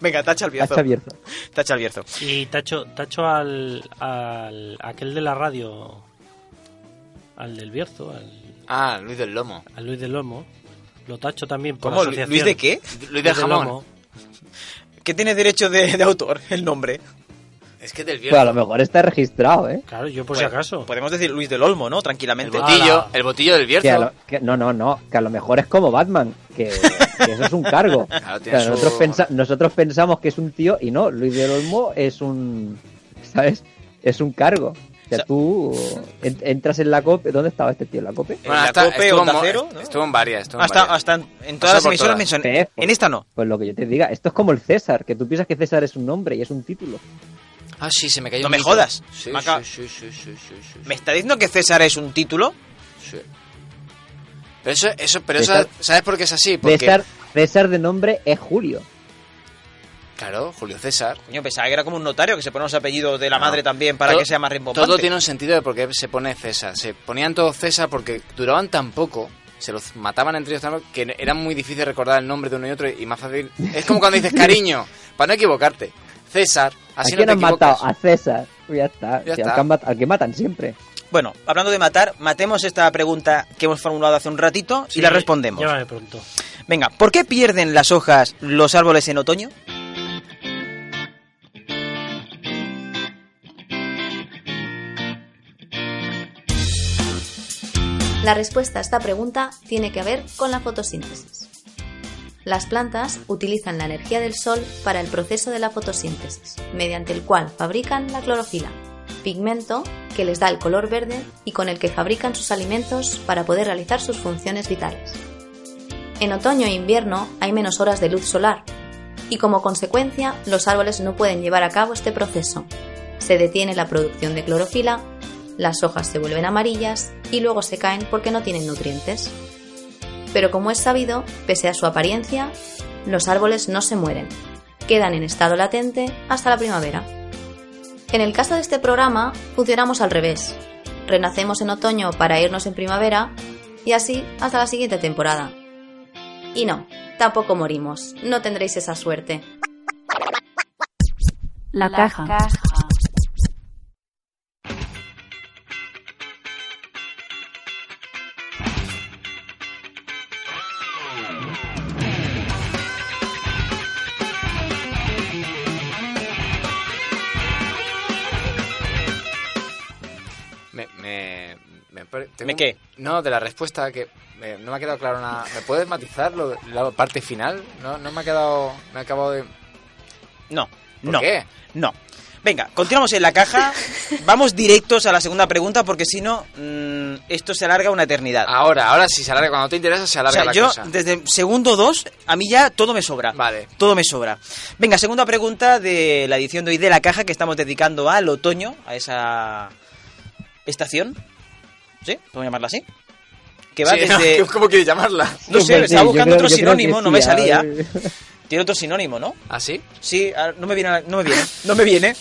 [SPEAKER 7] venga, tacha el Bierzo.
[SPEAKER 10] hacha Bierzo.
[SPEAKER 7] Tacha el Bierzo.
[SPEAKER 8] Y tacho, tacho al, al. aquel de la radio. Al del Bierzo, al,
[SPEAKER 9] Ah, Luis del Lomo.
[SPEAKER 8] al Luis del Lomo. Lo tacho también por
[SPEAKER 7] ¿Cómo?
[SPEAKER 8] asociación.
[SPEAKER 7] ¿Luis de qué?
[SPEAKER 9] Luis del Jamón.
[SPEAKER 8] Lomo.
[SPEAKER 7] ¿Qué tiene derecho de, de autor el nombre?
[SPEAKER 9] Es que del
[SPEAKER 10] Pues
[SPEAKER 9] Bierzo.
[SPEAKER 10] a lo mejor está registrado, ¿eh?
[SPEAKER 8] Claro, yo por
[SPEAKER 7] Bueno,
[SPEAKER 8] si acaso.
[SPEAKER 7] Pues Podemos decir Luis del Olmo, ¿no?
[SPEAKER 9] El
[SPEAKER 7] Tranquilamente.
[SPEAKER 9] botillo,
[SPEAKER 8] Ala.
[SPEAKER 9] el botillo del
[SPEAKER 10] Que a lo-
[SPEAKER 9] Bierzo.
[SPEAKER 10] que- no, no, no, que a lo mejor es como Batman, que, que eso es un cargo.
[SPEAKER 9] Claro,
[SPEAKER 10] O
[SPEAKER 9] tiene
[SPEAKER 10] sea,
[SPEAKER 9] su-
[SPEAKER 10] nosotros, pensa- nosotros pensamos que es un tío y no, Luis del Olmo es un, ¿sabes? Es un cargo. O sea,
[SPEAKER 7] O sea-
[SPEAKER 10] tú en- entras en la COPE, ¿dónde estaba este tío en la COPE?
[SPEAKER 7] En la
[SPEAKER 9] hasta-
[SPEAKER 7] COPE,
[SPEAKER 9] estuvo, en
[SPEAKER 7] Onda
[SPEAKER 9] mo-
[SPEAKER 7] Cero, ¿no?
[SPEAKER 9] estuvo en varias. Estuvo en
[SPEAKER 7] Hasta,
[SPEAKER 9] varias.
[SPEAKER 7] hasta en, en todas las
[SPEAKER 9] por
[SPEAKER 7] emisoras
[SPEAKER 9] todas.
[SPEAKER 7] mencioné-
[SPEAKER 10] Sí, pues.
[SPEAKER 7] En esta no.
[SPEAKER 10] Pues lo que yo te diga, esto es como el César, que tú piensas que César es un nombre y es un título.
[SPEAKER 9] Ah, sí, se me cayó
[SPEAKER 7] No
[SPEAKER 9] un
[SPEAKER 7] me
[SPEAKER 9] mito.
[SPEAKER 7] jodas.
[SPEAKER 9] Sí,
[SPEAKER 7] Me acaba-
[SPEAKER 9] sí, sí, sí, sí, sí, sí,
[SPEAKER 7] ¿Me está diciendo que César es un título?
[SPEAKER 9] sí. Pero eso, eso, pero eso,
[SPEAKER 10] César-
[SPEAKER 9] ¿sabes por qué es así? Porque,
[SPEAKER 10] César, César de nombre es Julio.
[SPEAKER 9] claro, Julio César.
[SPEAKER 7] Coño, pensaba que era como un notario que se pone los apellidos de la
[SPEAKER 9] No.
[SPEAKER 7] madre también para
[SPEAKER 9] Todo-
[SPEAKER 7] que sea más rimbombante.
[SPEAKER 9] Todo tiene un sentido de por qué se pone César. Se ponían todos César porque duraban tan poco, se los mataban entre ellos tan poco, que era muy difícil recordar el nombre de uno y otro y más fácil. Es como cuando dices cariño, para no equivocarte. César, así
[SPEAKER 10] ¿A quién
[SPEAKER 9] no te
[SPEAKER 10] han matado?
[SPEAKER 9] equivocas.
[SPEAKER 10] A César. Pues Ya
[SPEAKER 9] Ya
[SPEAKER 10] está. Si al
[SPEAKER 9] está.
[SPEAKER 10] que han mat- Al que matan siempre.
[SPEAKER 7] Bueno, hablando de matar, matemos esta pregunta que hemos formulado hace un ratito y la respondemos.
[SPEAKER 8] Llámame pronto.
[SPEAKER 7] Venga, ¿por qué pierden las hojas los árboles en otoño?
[SPEAKER 12] La respuesta a esta pregunta tiene que ver con la fotosíntesis. Las plantas utilizan la energía del sol para el proceso de la fotosíntesis, mediante el cual fabrican la clorofila, pigmento que les da el color verde y con el que fabrican sus alimentos para poder realizar sus funciones vitales. En otoño e invierno hay menos horas de luz solar y como consecuencia los árboles no pueden llevar a cabo este proceso. Se detiene la producción de clorofila, las hojas se vuelven amarillas y luego se caen porque no tienen nutrientes. Pero como es sabido, pese a su apariencia, los árboles no se mueren. Quedan en estado latente hasta la primavera. En el caso de este programa, funcionamos al revés. Renacemos en otoño para irnos en primavera y así hasta la siguiente temporada. Y no, tampoco morimos. No tendréis esa suerte.
[SPEAKER 13] La, caja.
[SPEAKER 9] Me, me, me pare- tengo
[SPEAKER 7] ¿Me
[SPEAKER 9] un-
[SPEAKER 7] qué?
[SPEAKER 9] No, de la respuesta que me- no me ha quedado claro nada. ¿Me puedes matizar lo- la parte final? No, no me ha quedado. Me ha acabado de.
[SPEAKER 7] No,
[SPEAKER 9] ¿Por
[SPEAKER 7] no.
[SPEAKER 9] qué?
[SPEAKER 7] No. Venga, continuamos en la caja. Vamos directos a la segunda pregunta porque si no, mm, esto se alarga una eternidad.
[SPEAKER 9] Ahora, ahora sí se alarga. Cuando te interesa, se
[SPEAKER 7] O
[SPEAKER 9] alarga
[SPEAKER 7] sea,
[SPEAKER 9] la
[SPEAKER 7] yo
[SPEAKER 9] cosa.
[SPEAKER 7] desde segundo 2, a mí ya todo me sobra. Vale. Todo me sobra. Venga, segunda pregunta de la edición de hoy de la caja que estamos dedicando al otoño, a esa estación. ¿Sí? ¿Podemos llamarla así? Que va
[SPEAKER 9] Sí, no,
[SPEAKER 7] desde...
[SPEAKER 9] ¿Cómo quieres llamarla?
[SPEAKER 7] No sé,
[SPEAKER 10] Pues sí,
[SPEAKER 7] estaba
[SPEAKER 10] yo
[SPEAKER 7] buscando
[SPEAKER 10] creo- yo
[SPEAKER 7] otro
[SPEAKER 10] creo que
[SPEAKER 7] sinónimo, no
[SPEAKER 10] sí,
[SPEAKER 7] me
[SPEAKER 10] a
[SPEAKER 7] salía.
[SPEAKER 10] ver.
[SPEAKER 7] Tiene otro sinónimo, ¿no?
[SPEAKER 9] ¿Ah, sí?
[SPEAKER 7] Sí, ah, no me viene, a la- no me viene, no me viene,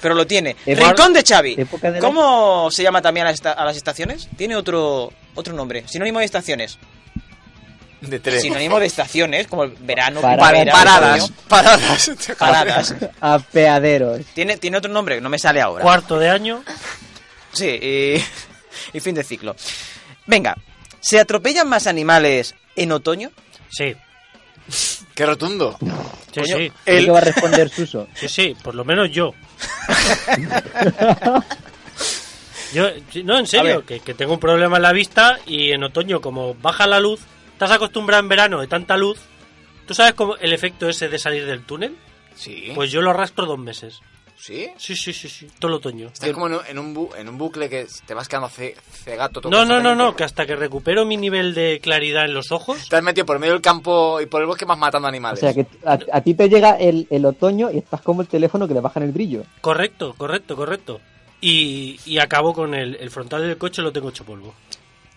[SPEAKER 7] pero lo tiene.
[SPEAKER 10] Época-
[SPEAKER 7] Rincón de Xavi.
[SPEAKER 10] época de la-
[SPEAKER 7] ¿Cómo se llama también a, esta- a las estaciones? Tiene otro otro nombre, sinónimo de estaciones.
[SPEAKER 9] De
[SPEAKER 10] tres.
[SPEAKER 7] Sinónimo de estaciones, como el verano,
[SPEAKER 10] Parada-
[SPEAKER 7] primavera,
[SPEAKER 10] paradas,
[SPEAKER 7] otoño.
[SPEAKER 9] paradas,
[SPEAKER 7] paradas.
[SPEAKER 10] Apeaderos.
[SPEAKER 7] Tiene, tiene otro nombre, que no me sale ahora.
[SPEAKER 8] Cuarto de año.
[SPEAKER 7] Sí, y, y fin de ciclo. Venga, ¿se atropellan más animales en otoño?
[SPEAKER 8] Sí.
[SPEAKER 9] Qué rotundo.
[SPEAKER 8] Sí,
[SPEAKER 7] Coño,
[SPEAKER 8] sí.
[SPEAKER 7] el- ¿Qué va a
[SPEAKER 10] responder Suso?
[SPEAKER 8] Sí, sí, por lo menos yo. yo no, en
[SPEAKER 7] A
[SPEAKER 8] serio,
[SPEAKER 7] ver.
[SPEAKER 8] que, que tengo un problema en la vista y en otoño, como baja la luz, estás acostumbrado en verano de tanta luz. ¿Tú sabes cómo el efecto ese de salir del túnel?
[SPEAKER 7] ¿Eh?
[SPEAKER 9] Sí.
[SPEAKER 8] Pues yo lo arrastro dos meses.
[SPEAKER 9] ¿Sí?
[SPEAKER 8] Sí, sí, sí, sí, todo el otoño.
[SPEAKER 9] Estás como en un, en un bu- en un bucle que te vas quedando ce- cegato todo
[SPEAKER 8] No, no, no,
[SPEAKER 9] constantemente.
[SPEAKER 8] no, que hasta que recupero mi nivel de claridad en los ojos.
[SPEAKER 9] Te has metido por medio del campo y por el bosque vas matando
[SPEAKER 10] O
[SPEAKER 9] animales.
[SPEAKER 10] sea, que a, a ti te llega el, el otoño y estás como el teléfono que le bajan el brillo.
[SPEAKER 8] Correcto, correcto, correcto. Y, y acabo con el, el frontal del coche, lo tengo hecho polvo.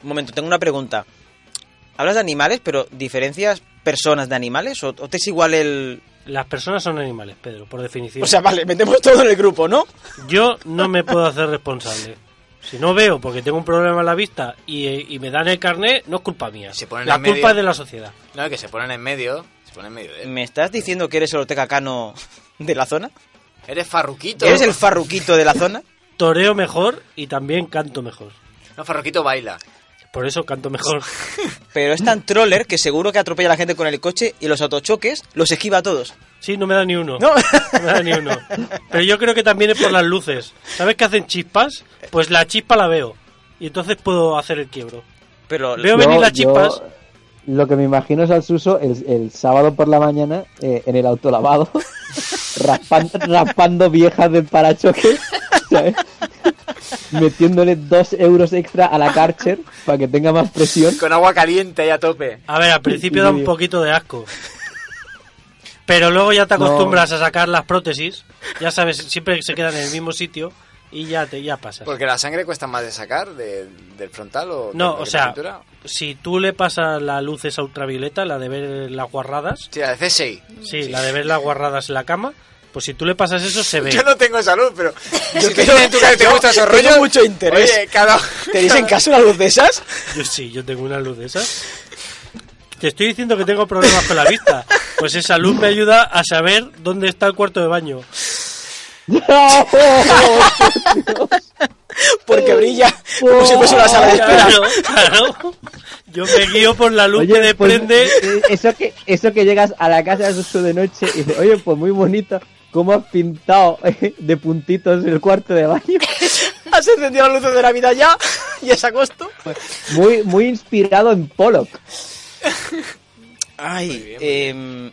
[SPEAKER 7] Un momento, tengo una pregunta. Hablas de animales, pero ¿diferencias personas de animales? ¿O, o te es igual el...?
[SPEAKER 8] Las personas son animales, Pedro, por definición.
[SPEAKER 7] O sea, vale, metemos todo en el grupo, ¿no?
[SPEAKER 8] Yo no me puedo hacer responsable. Si no veo porque tengo un problema en la vista y, y me dan el carnet, no es culpa mía.
[SPEAKER 9] ponen
[SPEAKER 8] La
[SPEAKER 9] en medio.
[SPEAKER 8] culpa es de la sociedad.
[SPEAKER 9] No, que se ponen en medio. Se ponen en medio de él.
[SPEAKER 7] ¿Me estás diciendo que eres el Otecacano de la zona?
[SPEAKER 10] Mm.
[SPEAKER 9] Eres farruquito.
[SPEAKER 7] ¿Eres el farruquito de la zona?
[SPEAKER 8] Toreo mejor y también canto mejor.
[SPEAKER 9] No, farruquito baila.
[SPEAKER 8] Por eso canto mejor.
[SPEAKER 7] Pero es tan troller que seguro que atropella a la gente con el coche y los autochoques los esquiva a todos.
[SPEAKER 8] Sí, no me da ni uno. No, me da ni uno. Pero yo creo que también es por las luces. ¿Sabes que hacen chispas? Pues la chispa la veo. Y entonces puedo hacer el quiebro.
[SPEAKER 7] Pero
[SPEAKER 8] veo
[SPEAKER 10] Yo-
[SPEAKER 8] venir las
[SPEAKER 10] yo-
[SPEAKER 8] chispas.
[SPEAKER 10] Lo que me imagino es al Suso el, el sábado por la mañana eh, en el autolavado, raspan- raspando viejas del parachoques, ¿sabes? metiéndole dos euros extra a la Karcher para que tenga más presión.
[SPEAKER 9] Con agua caliente y a tope.
[SPEAKER 8] A ver, al principio da un poquito de asco. Pero luego ya te
[SPEAKER 10] No.
[SPEAKER 8] acostumbras a sacar las prótesis. Ya sabes, siempre se quedan en el mismo sitio y ya te ya pasas.
[SPEAKER 9] Porque la sangre cuesta más de sacar de- del frontal o
[SPEAKER 8] No,
[SPEAKER 9] de-
[SPEAKER 8] o
[SPEAKER 9] de la
[SPEAKER 8] sea,
[SPEAKER 9] cintura.
[SPEAKER 8] si tú le pasas la luz esa ultravioleta, la de ver las guarradas.
[SPEAKER 9] Sí, la de CSI.
[SPEAKER 8] Sí, la de ver las guarradas en la cama. Pues si tú le pasas eso, se ve.
[SPEAKER 9] Yo no tengo salud, pero. si te
[SPEAKER 7] creo-
[SPEAKER 9] dicen en tu casa que te
[SPEAKER 7] yo
[SPEAKER 9] gusta esos
[SPEAKER 7] tengo
[SPEAKER 9] rollos.
[SPEAKER 7] mucho interés.
[SPEAKER 9] Oye, cada.
[SPEAKER 7] ¿Tenéis en casa una luz de esas?
[SPEAKER 8] Yo sí, yo tengo una luz de esas. Te estoy diciendo que tengo problemas con la vista. Pues esa luz me ayuda a saber dónde está el cuarto de baño.
[SPEAKER 7] Porque brilla
[SPEAKER 8] Oh.
[SPEAKER 7] como si fuese una sala de espera.
[SPEAKER 8] Claro, claro. Yo me guío por la luz que
[SPEAKER 10] pues,
[SPEAKER 8] desprende.
[SPEAKER 10] eh, eso que eso que llegas a la casa de Suso de noche y dices, oye, pues muy bonito, cómo has pintado eh, de puntitos el cuarto de baño.
[SPEAKER 7] ¿Has encendido las luces de Navidad ya? ¿Y es agosto?
[SPEAKER 10] Muy, muy inspirado en Pollock.
[SPEAKER 7] Ay, em,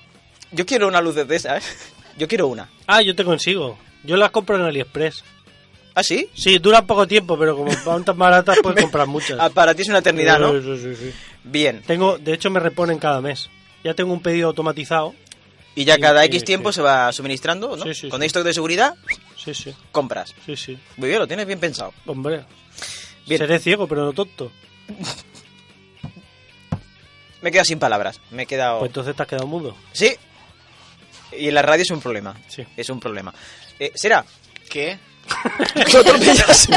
[SPEAKER 7] yo quiero una luz de esas. ¿eh? Yo quiero una.
[SPEAKER 8] Ah, yo te consigo. Yo las compro en AliExpress.
[SPEAKER 7] ¿Ah, sí?
[SPEAKER 8] Sí, duran poco tiempo, pero como van tan baratas puedes comprar muchas.
[SPEAKER 7] Ah, para ti es una eternidad, ¿no?
[SPEAKER 8] Sí, sí, sí.
[SPEAKER 7] Bien.
[SPEAKER 8] Tengo, de hecho me reponen cada mes. Ya tengo un pedido automatizado.
[SPEAKER 7] Y ya cada
[SPEAKER 8] Sí,
[SPEAKER 7] X
[SPEAKER 8] sí,
[SPEAKER 7] tiempo se va suministrando, ¿no?
[SPEAKER 8] Sí, sí,
[SPEAKER 7] Cuando
[SPEAKER 8] sí.
[SPEAKER 7] hay stock de seguridad,
[SPEAKER 8] Sí, sí,
[SPEAKER 7] compras.
[SPEAKER 8] sí, sí.
[SPEAKER 7] Muy bien, lo tienes bien pensado.
[SPEAKER 8] Hombre.
[SPEAKER 7] Bien. Oh.
[SPEAKER 8] Seré ciego, pero no tonto.
[SPEAKER 7] Me he quedado sin palabras. Me he quedado...
[SPEAKER 8] Pues entonces te has quedado mudo.
[SPEAKER 7] Sí. Y la radio es un problema.
[SPEAKER 8] Sí.
[SPEAKER 7] Es un problema. Eh, ¿Será?
[SPEAKER 9] ¿Qué?
[SPEAKER 7] ¿Tú atropellas?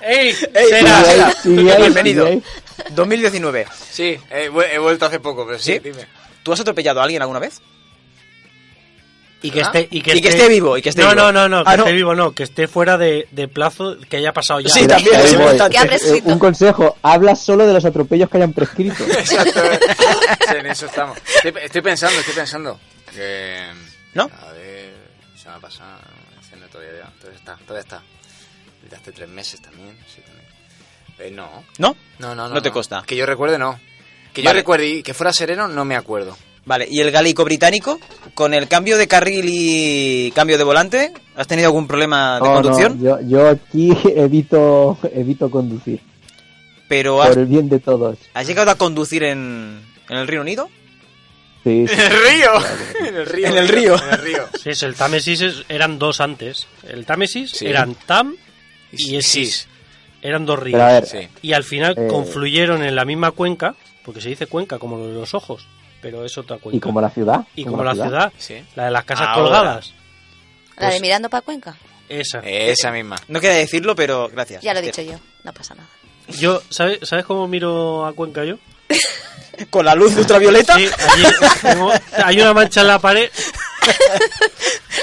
[SPEAKER 8] ¡Ey!
[SPEAKER 7] ¡Ey,
[SPEAKER 8] Sera,
[SPEAKER 7] Sera,
[SPEAKER 10] sí, sí,
[SPEAKER 7] bienvenido.
[SPEAKER 10] sí.
[SPEAKER 7] 2019.
[SPEAKER 9] Sí, he, vu- he vuelto hace poco, pero sí,
[SPEAKER 7] ¿Sí?
[SPEAKER 9] dime.
[SPEAKER 7] ¿Tú has atropellado a alguien alguna vez?
[SPEAKER 8] Y que,
[SPEAKER 9] Ah.
[SPEAKER 8] esté, y, que,
[SPEAKER 7] Y que esté vivo, y que esté
[SPEAKER 8] no,
[SPEAKER 7] vivo.
[SPEAKER 8] No, no, no, que
[SPEAKER 7] Ah, no.
[SPEAKER 8] esté vivo, no, que esté fuera de, de plazo, que haya pasado ya.
[SPEAKER 7] Sí, también
[SPEAKER 10] Ahí
[SPEAKER 7] es
[SPEAKER 10] voy.
[SPEAKER 7] importante.
[SPEAKER 12] ¿Qué habré
[SPEAKER 10] Eh,
[SPEAKER 12] escrito?
[SPEAKER 10] un consejo, habla solo de los atropellos que hayan prescrito.
[SPEAKER 9] Exacto. Sí, en eso estamos. Estoy, estoy pensando, estoy pensando. Que,
[SPEAKER 7] ¿No?
[SPEAKER 9] A ver, se me ha pasado. ese no, Todavía, todavía está, todavía está. Desde hace tres meses también. Sí, también. Eh, no.
[SPEAKER 7] ¿No?
[SPEAKER 9] No, no, no.
[SPEAKER 7] No te consta.
[SPEAKER 9] Que yo recuerde, no. Que yo recuerde y que fuera sereno, no me acuerdo.
[SPEAKER 7] Vale, ¿y el galéico británico? ¿Con el cambio de carril y cambio de volante? ¿Has tenido algún problema de
[SPEAKER 10] Oh, no,
[SPEAKER 7] conducción?
[SPEAKER 10] yo, yo aquí evito, evito conducir.
[SPEAKER 7] Pero has,
[SPEAKER 10] Por el bien de todos.
[SPEAKER 7] ¿has llegado a conducir en, en el Reino Unido?
[SPEAKER 10] Sí, sí.
[SPEAKER 9] río! en el río.
[SPEAKER 7] En el río.
[SPEAKER 9] En el río.
[SPEAKER 8] Sí, es el Támesis es- eran dos antes. El Támesis
[SPEAKER 9] Sí.
[SPEAKER 8] eran Tam y
[SPEAKER 9] Y
[SPEAKER 8] Esis.
[SPEAKER 9] Sis.
[SPEAKER 8] Eran dos ríos.
[SPEAKER 10] Pero a ver,
[SPEAKER 9] Sí.
[SPEAKER 8] Y al final
[SPEAKER 10] Eh.
[SPEAKER 8] confluyeron en la misma cuenca, porque se dice cuenca como lo de los ojos, pero es otra cuenca.
[SPEAKER 10] y como la ciudad.
[SPEAKER 8] Y como la ciudad,
[SPEAKER 9] Sí.
[SPEAKER 8] la de las casas
[SPEAKER 7] Ahora.
[SPEAKER 8] colgadas.
[SPEAKER 12] La de
[SPEAKER 8] Pues-
[SPEAKER 12] Mirando para Cuenca.
[SPEAKER 8] Esa.
[SPEAKER 7] Eh.
[SPEAKER 9] Esa misma.
[SPEAKER 7] No queda decirlo, pero gracias.
[SPEAKER 12] Ya lo he dicho yo, no pasa nada.
[SPEAKER 8] Yo, ¿sabes, ¿sabes cómo miro a Cuenca yo?
[SPEAKER 7] ¿Con la luz ultravioleta?
[SPEAKER 8] Sí, allí tengo- hay una mancha en la pared,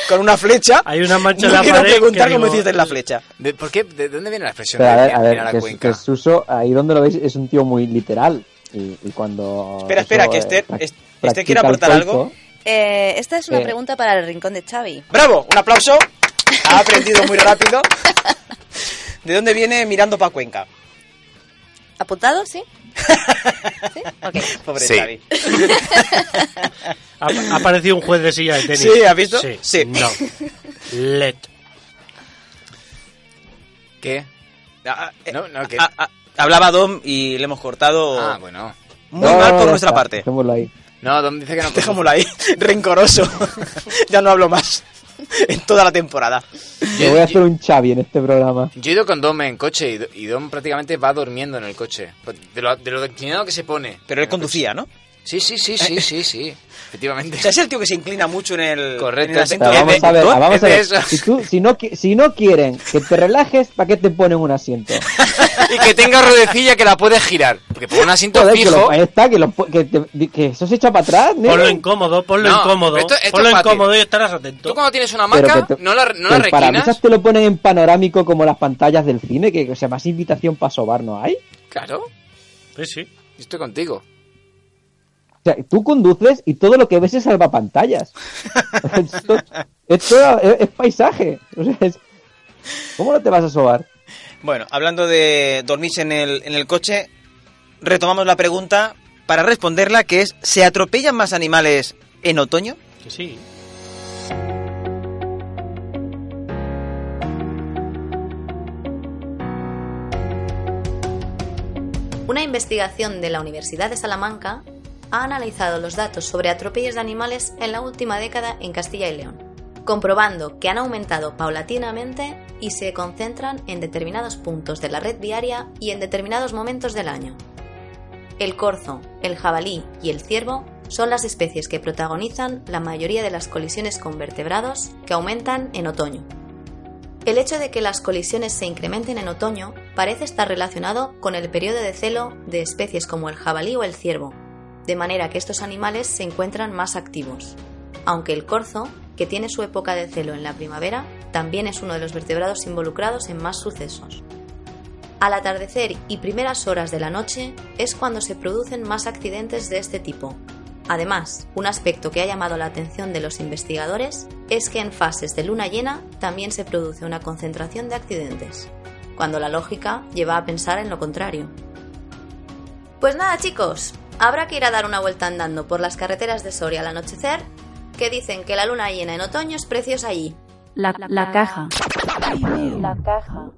[SPEAKER 7] ¿Con una flecha?
[SPEAKER 8] hay una mancha
[SPEAKER 7] No
[SPEAKER 8] en la
[SPEAKER 7] quiero
[SPEAKER 8] pared. que
[SPEAKER 7] preguntar cómo
[SPEAKER 8] digo, eh,
[SPEAKER 7] hiciste en la flecha.
[SPEAKER 9] ¿De, por qué, ¿De dónde viene la expresión
[SPEAKER 10] Pero a
[SPEAKER 9] de
[SPEAKER 10] ver, a
[SPEAKER 9] mirar
[SPEAKER 10] ver,
[SPEAKER 9] la
[SPEAKER 10] que, es-
[SPEAKER 9] cuenca?
[SPEAKER 10] que Suso, ahí donde lo veis, es un tío muy literal. Y, y cuando.
[SPEAKER 7] Espera, espera, que Esther-
[SPEAKER 10] prac-
[SPEAKER 7] Est- Esther
[SPEAKER 10] practica
[SPEAKER 7] quiere
[SPEAKER 10] el
[SPEAKER 7] aportar
[SPEAKER 10] coito,
[SPEAKER 7] algo.
[SPEAKER 13] Eh, esta es una
[SPEAKER 10] Eh.
[SPEAKER 13] pregunta para el rincón de Xavi.
[SPEAKER 7] ¡Bravo! Un aplauso. Ha aprendido muy rápido. ¿De dónde viene mirando pa' Cuenca?
[SPEAKER 13] ¿Apuntado, sí? ¿Sí? Ok.
[SPEAKER 7] Pobre
[SPEAKER 11] Sí.
[SPEAKER 7] Xavi.
[SPEAKER 8] Ha, ha aparecido un juez de silla de tenis.
[SPEAKER 7] Sí, ¿has visto?
[SPEAKER 8] Sí.
[SPEAKER 7] Sí.
[SPEAKER 8] No. Let.
[SPEAKER 9] ¿Qué?
[SPEAKER 7] Ah, eh,
[SPEAKER 9] No, no, que-
[SPEAKER 7] ah, ah, hablaba Dom y le hemos cortado
[SPEAKER 9] Ah, bueno.
[SPEAKER 7] muy
[SPEAKER 10] No,
[SPEAKER 7] mal
[SPEAKER 10] no,
[SPEAKER 7] por
[SPEAKER 10] no,
[SPEAKER 7] nuestra
[SPEAKER 10] está,
[SPEAKER 7] parte.
[SPEAKER 10] dejémoslo ahí.
[SPEAKER 9] No, Dom dice que no.
[SPEAKER 7] Dejémoslo ahí, rencoroso. ya no hablo más en toda la temporada.
[SPEAKER 10] Yo voy a hacer un Xavi en este programa.
[SPEAKER 9] Yo he ido con Dom en coche y Do- y Dom prácticamente va durmiendo en el coche. Pues, De lo, de lo inclinado que se pone.
[SPEAKER 7] Pero él conducía, ¿no? O
[SPEAKER 9] Sí, sí, sí, sí, sí, sí. Efectivamente.
[SPEAKER 7] sea, es el tío que se inclina mucho en el,
[SPEAKER 9] Correcto.
[SPEAKER 7] en el asiento
[SPEAKER 10] Pero
[SPEAKER 7] de-
[SPEAKER 10] vamos a ver,
[SPEAKER 7] ¿no?
[SPEAKER 10] vamos a ver.
[SPEAKER 9] es de eso.
[SPEAKER 10] Si, tú, si, no, qui- si no quieren que te relajes, ¿para qué te ponen un asiento?
[SPEAKER 9] y que tenga ruedecilla que la puede girar. Porque por un asiento
[SPEAKER 10] Joder, que
[SPEAKER 9] fijo.
[SPEAKER 10] lo- ahí está, que, lo, po- que, te- que eso se echa para atrás, ¿no?
[SPEAKER 8] Ponlo incómodo, ponlo
[SPEAKER 9] No,
[SPEAKER 8] incómodo.
[SPEAKER 9] esto- esto
[SPEAKER 8] ponlo
[SPEAKER 9] es fácil.
[SPEAKER 8] incómodo y estarás atento.
[SPEAKER 9] Tú cuando tienes una
[SPEAKER 10] Pero
[SPEAKER 9] maca,
[SPEAKER 10] que te-
[SPEAKER 9] no la, no
[SPEAKER 10] que
[SPEAKER 9] la
[SPEAKER 10] el parabrisas
[SPEAKER 9] reclinas.
[SPEAKER 10] te lo ponen en panorámico como las pantallas del cine, que o sea, más invitación para sobar no hay.
[SPEAKER 9] Claro,
[SPEAKER 8] Sí, sí.
[SPEAKER 9] yo estoy contigo.
[SPEAKER 10] O sea, tú conduces y todo lo que ves es salvapantallas. esto esto es, es paisaje. O sea, es- ¿Cómo no te vas a sobar?
[SPEAKER 7] Bueno, hablando de dormirse en el, en el coche, retomamos la pregunta para responderla, que es, ¿se atropellan más animales en otoño?
[SPEAKER 8] Que sí.
[SPEAKER 12] Una investigación de la Universidad de Salamanca ha analizado los datos sobre atropellos de animales en la última década en Castilla y León, comprobando que han aumentado paulatinamente y se concentran en determinados puntos de la red viaria y en determinados momentos del año. El corzo, el jabalí y el ciervo son las especies que protagonizan la mayoría de las colisiones con vertebrados que aumentan en otoño. El hecho de que las colisiones se incrementen en otoño parece estar relacionado con el periodo de celo de especies como el jabalí o el ciervo, de manera que estos animales se encuentran más activos. Aunque el corzo, que tiene su época de celo en la primavera, también es uno de los vertebrados involucrados en más sucesos. Al atardecer y primeras horas de la noche es cuando se producen más accidentes de este tipo. Además, un aspecto que ha llamado la atención de los investigadores es que en fases de luna llena también se produce una concentración de accidentes, cuando la lógica lleva a pensar en lo contrario. Pues nada chicos, habrá que ir a dar una vuelta andando por las carreteras de Soria al anochecer, que dicen que la luna llena en otoño es preciosa allí.
[SPEAKER 14] La, la caja. La caja.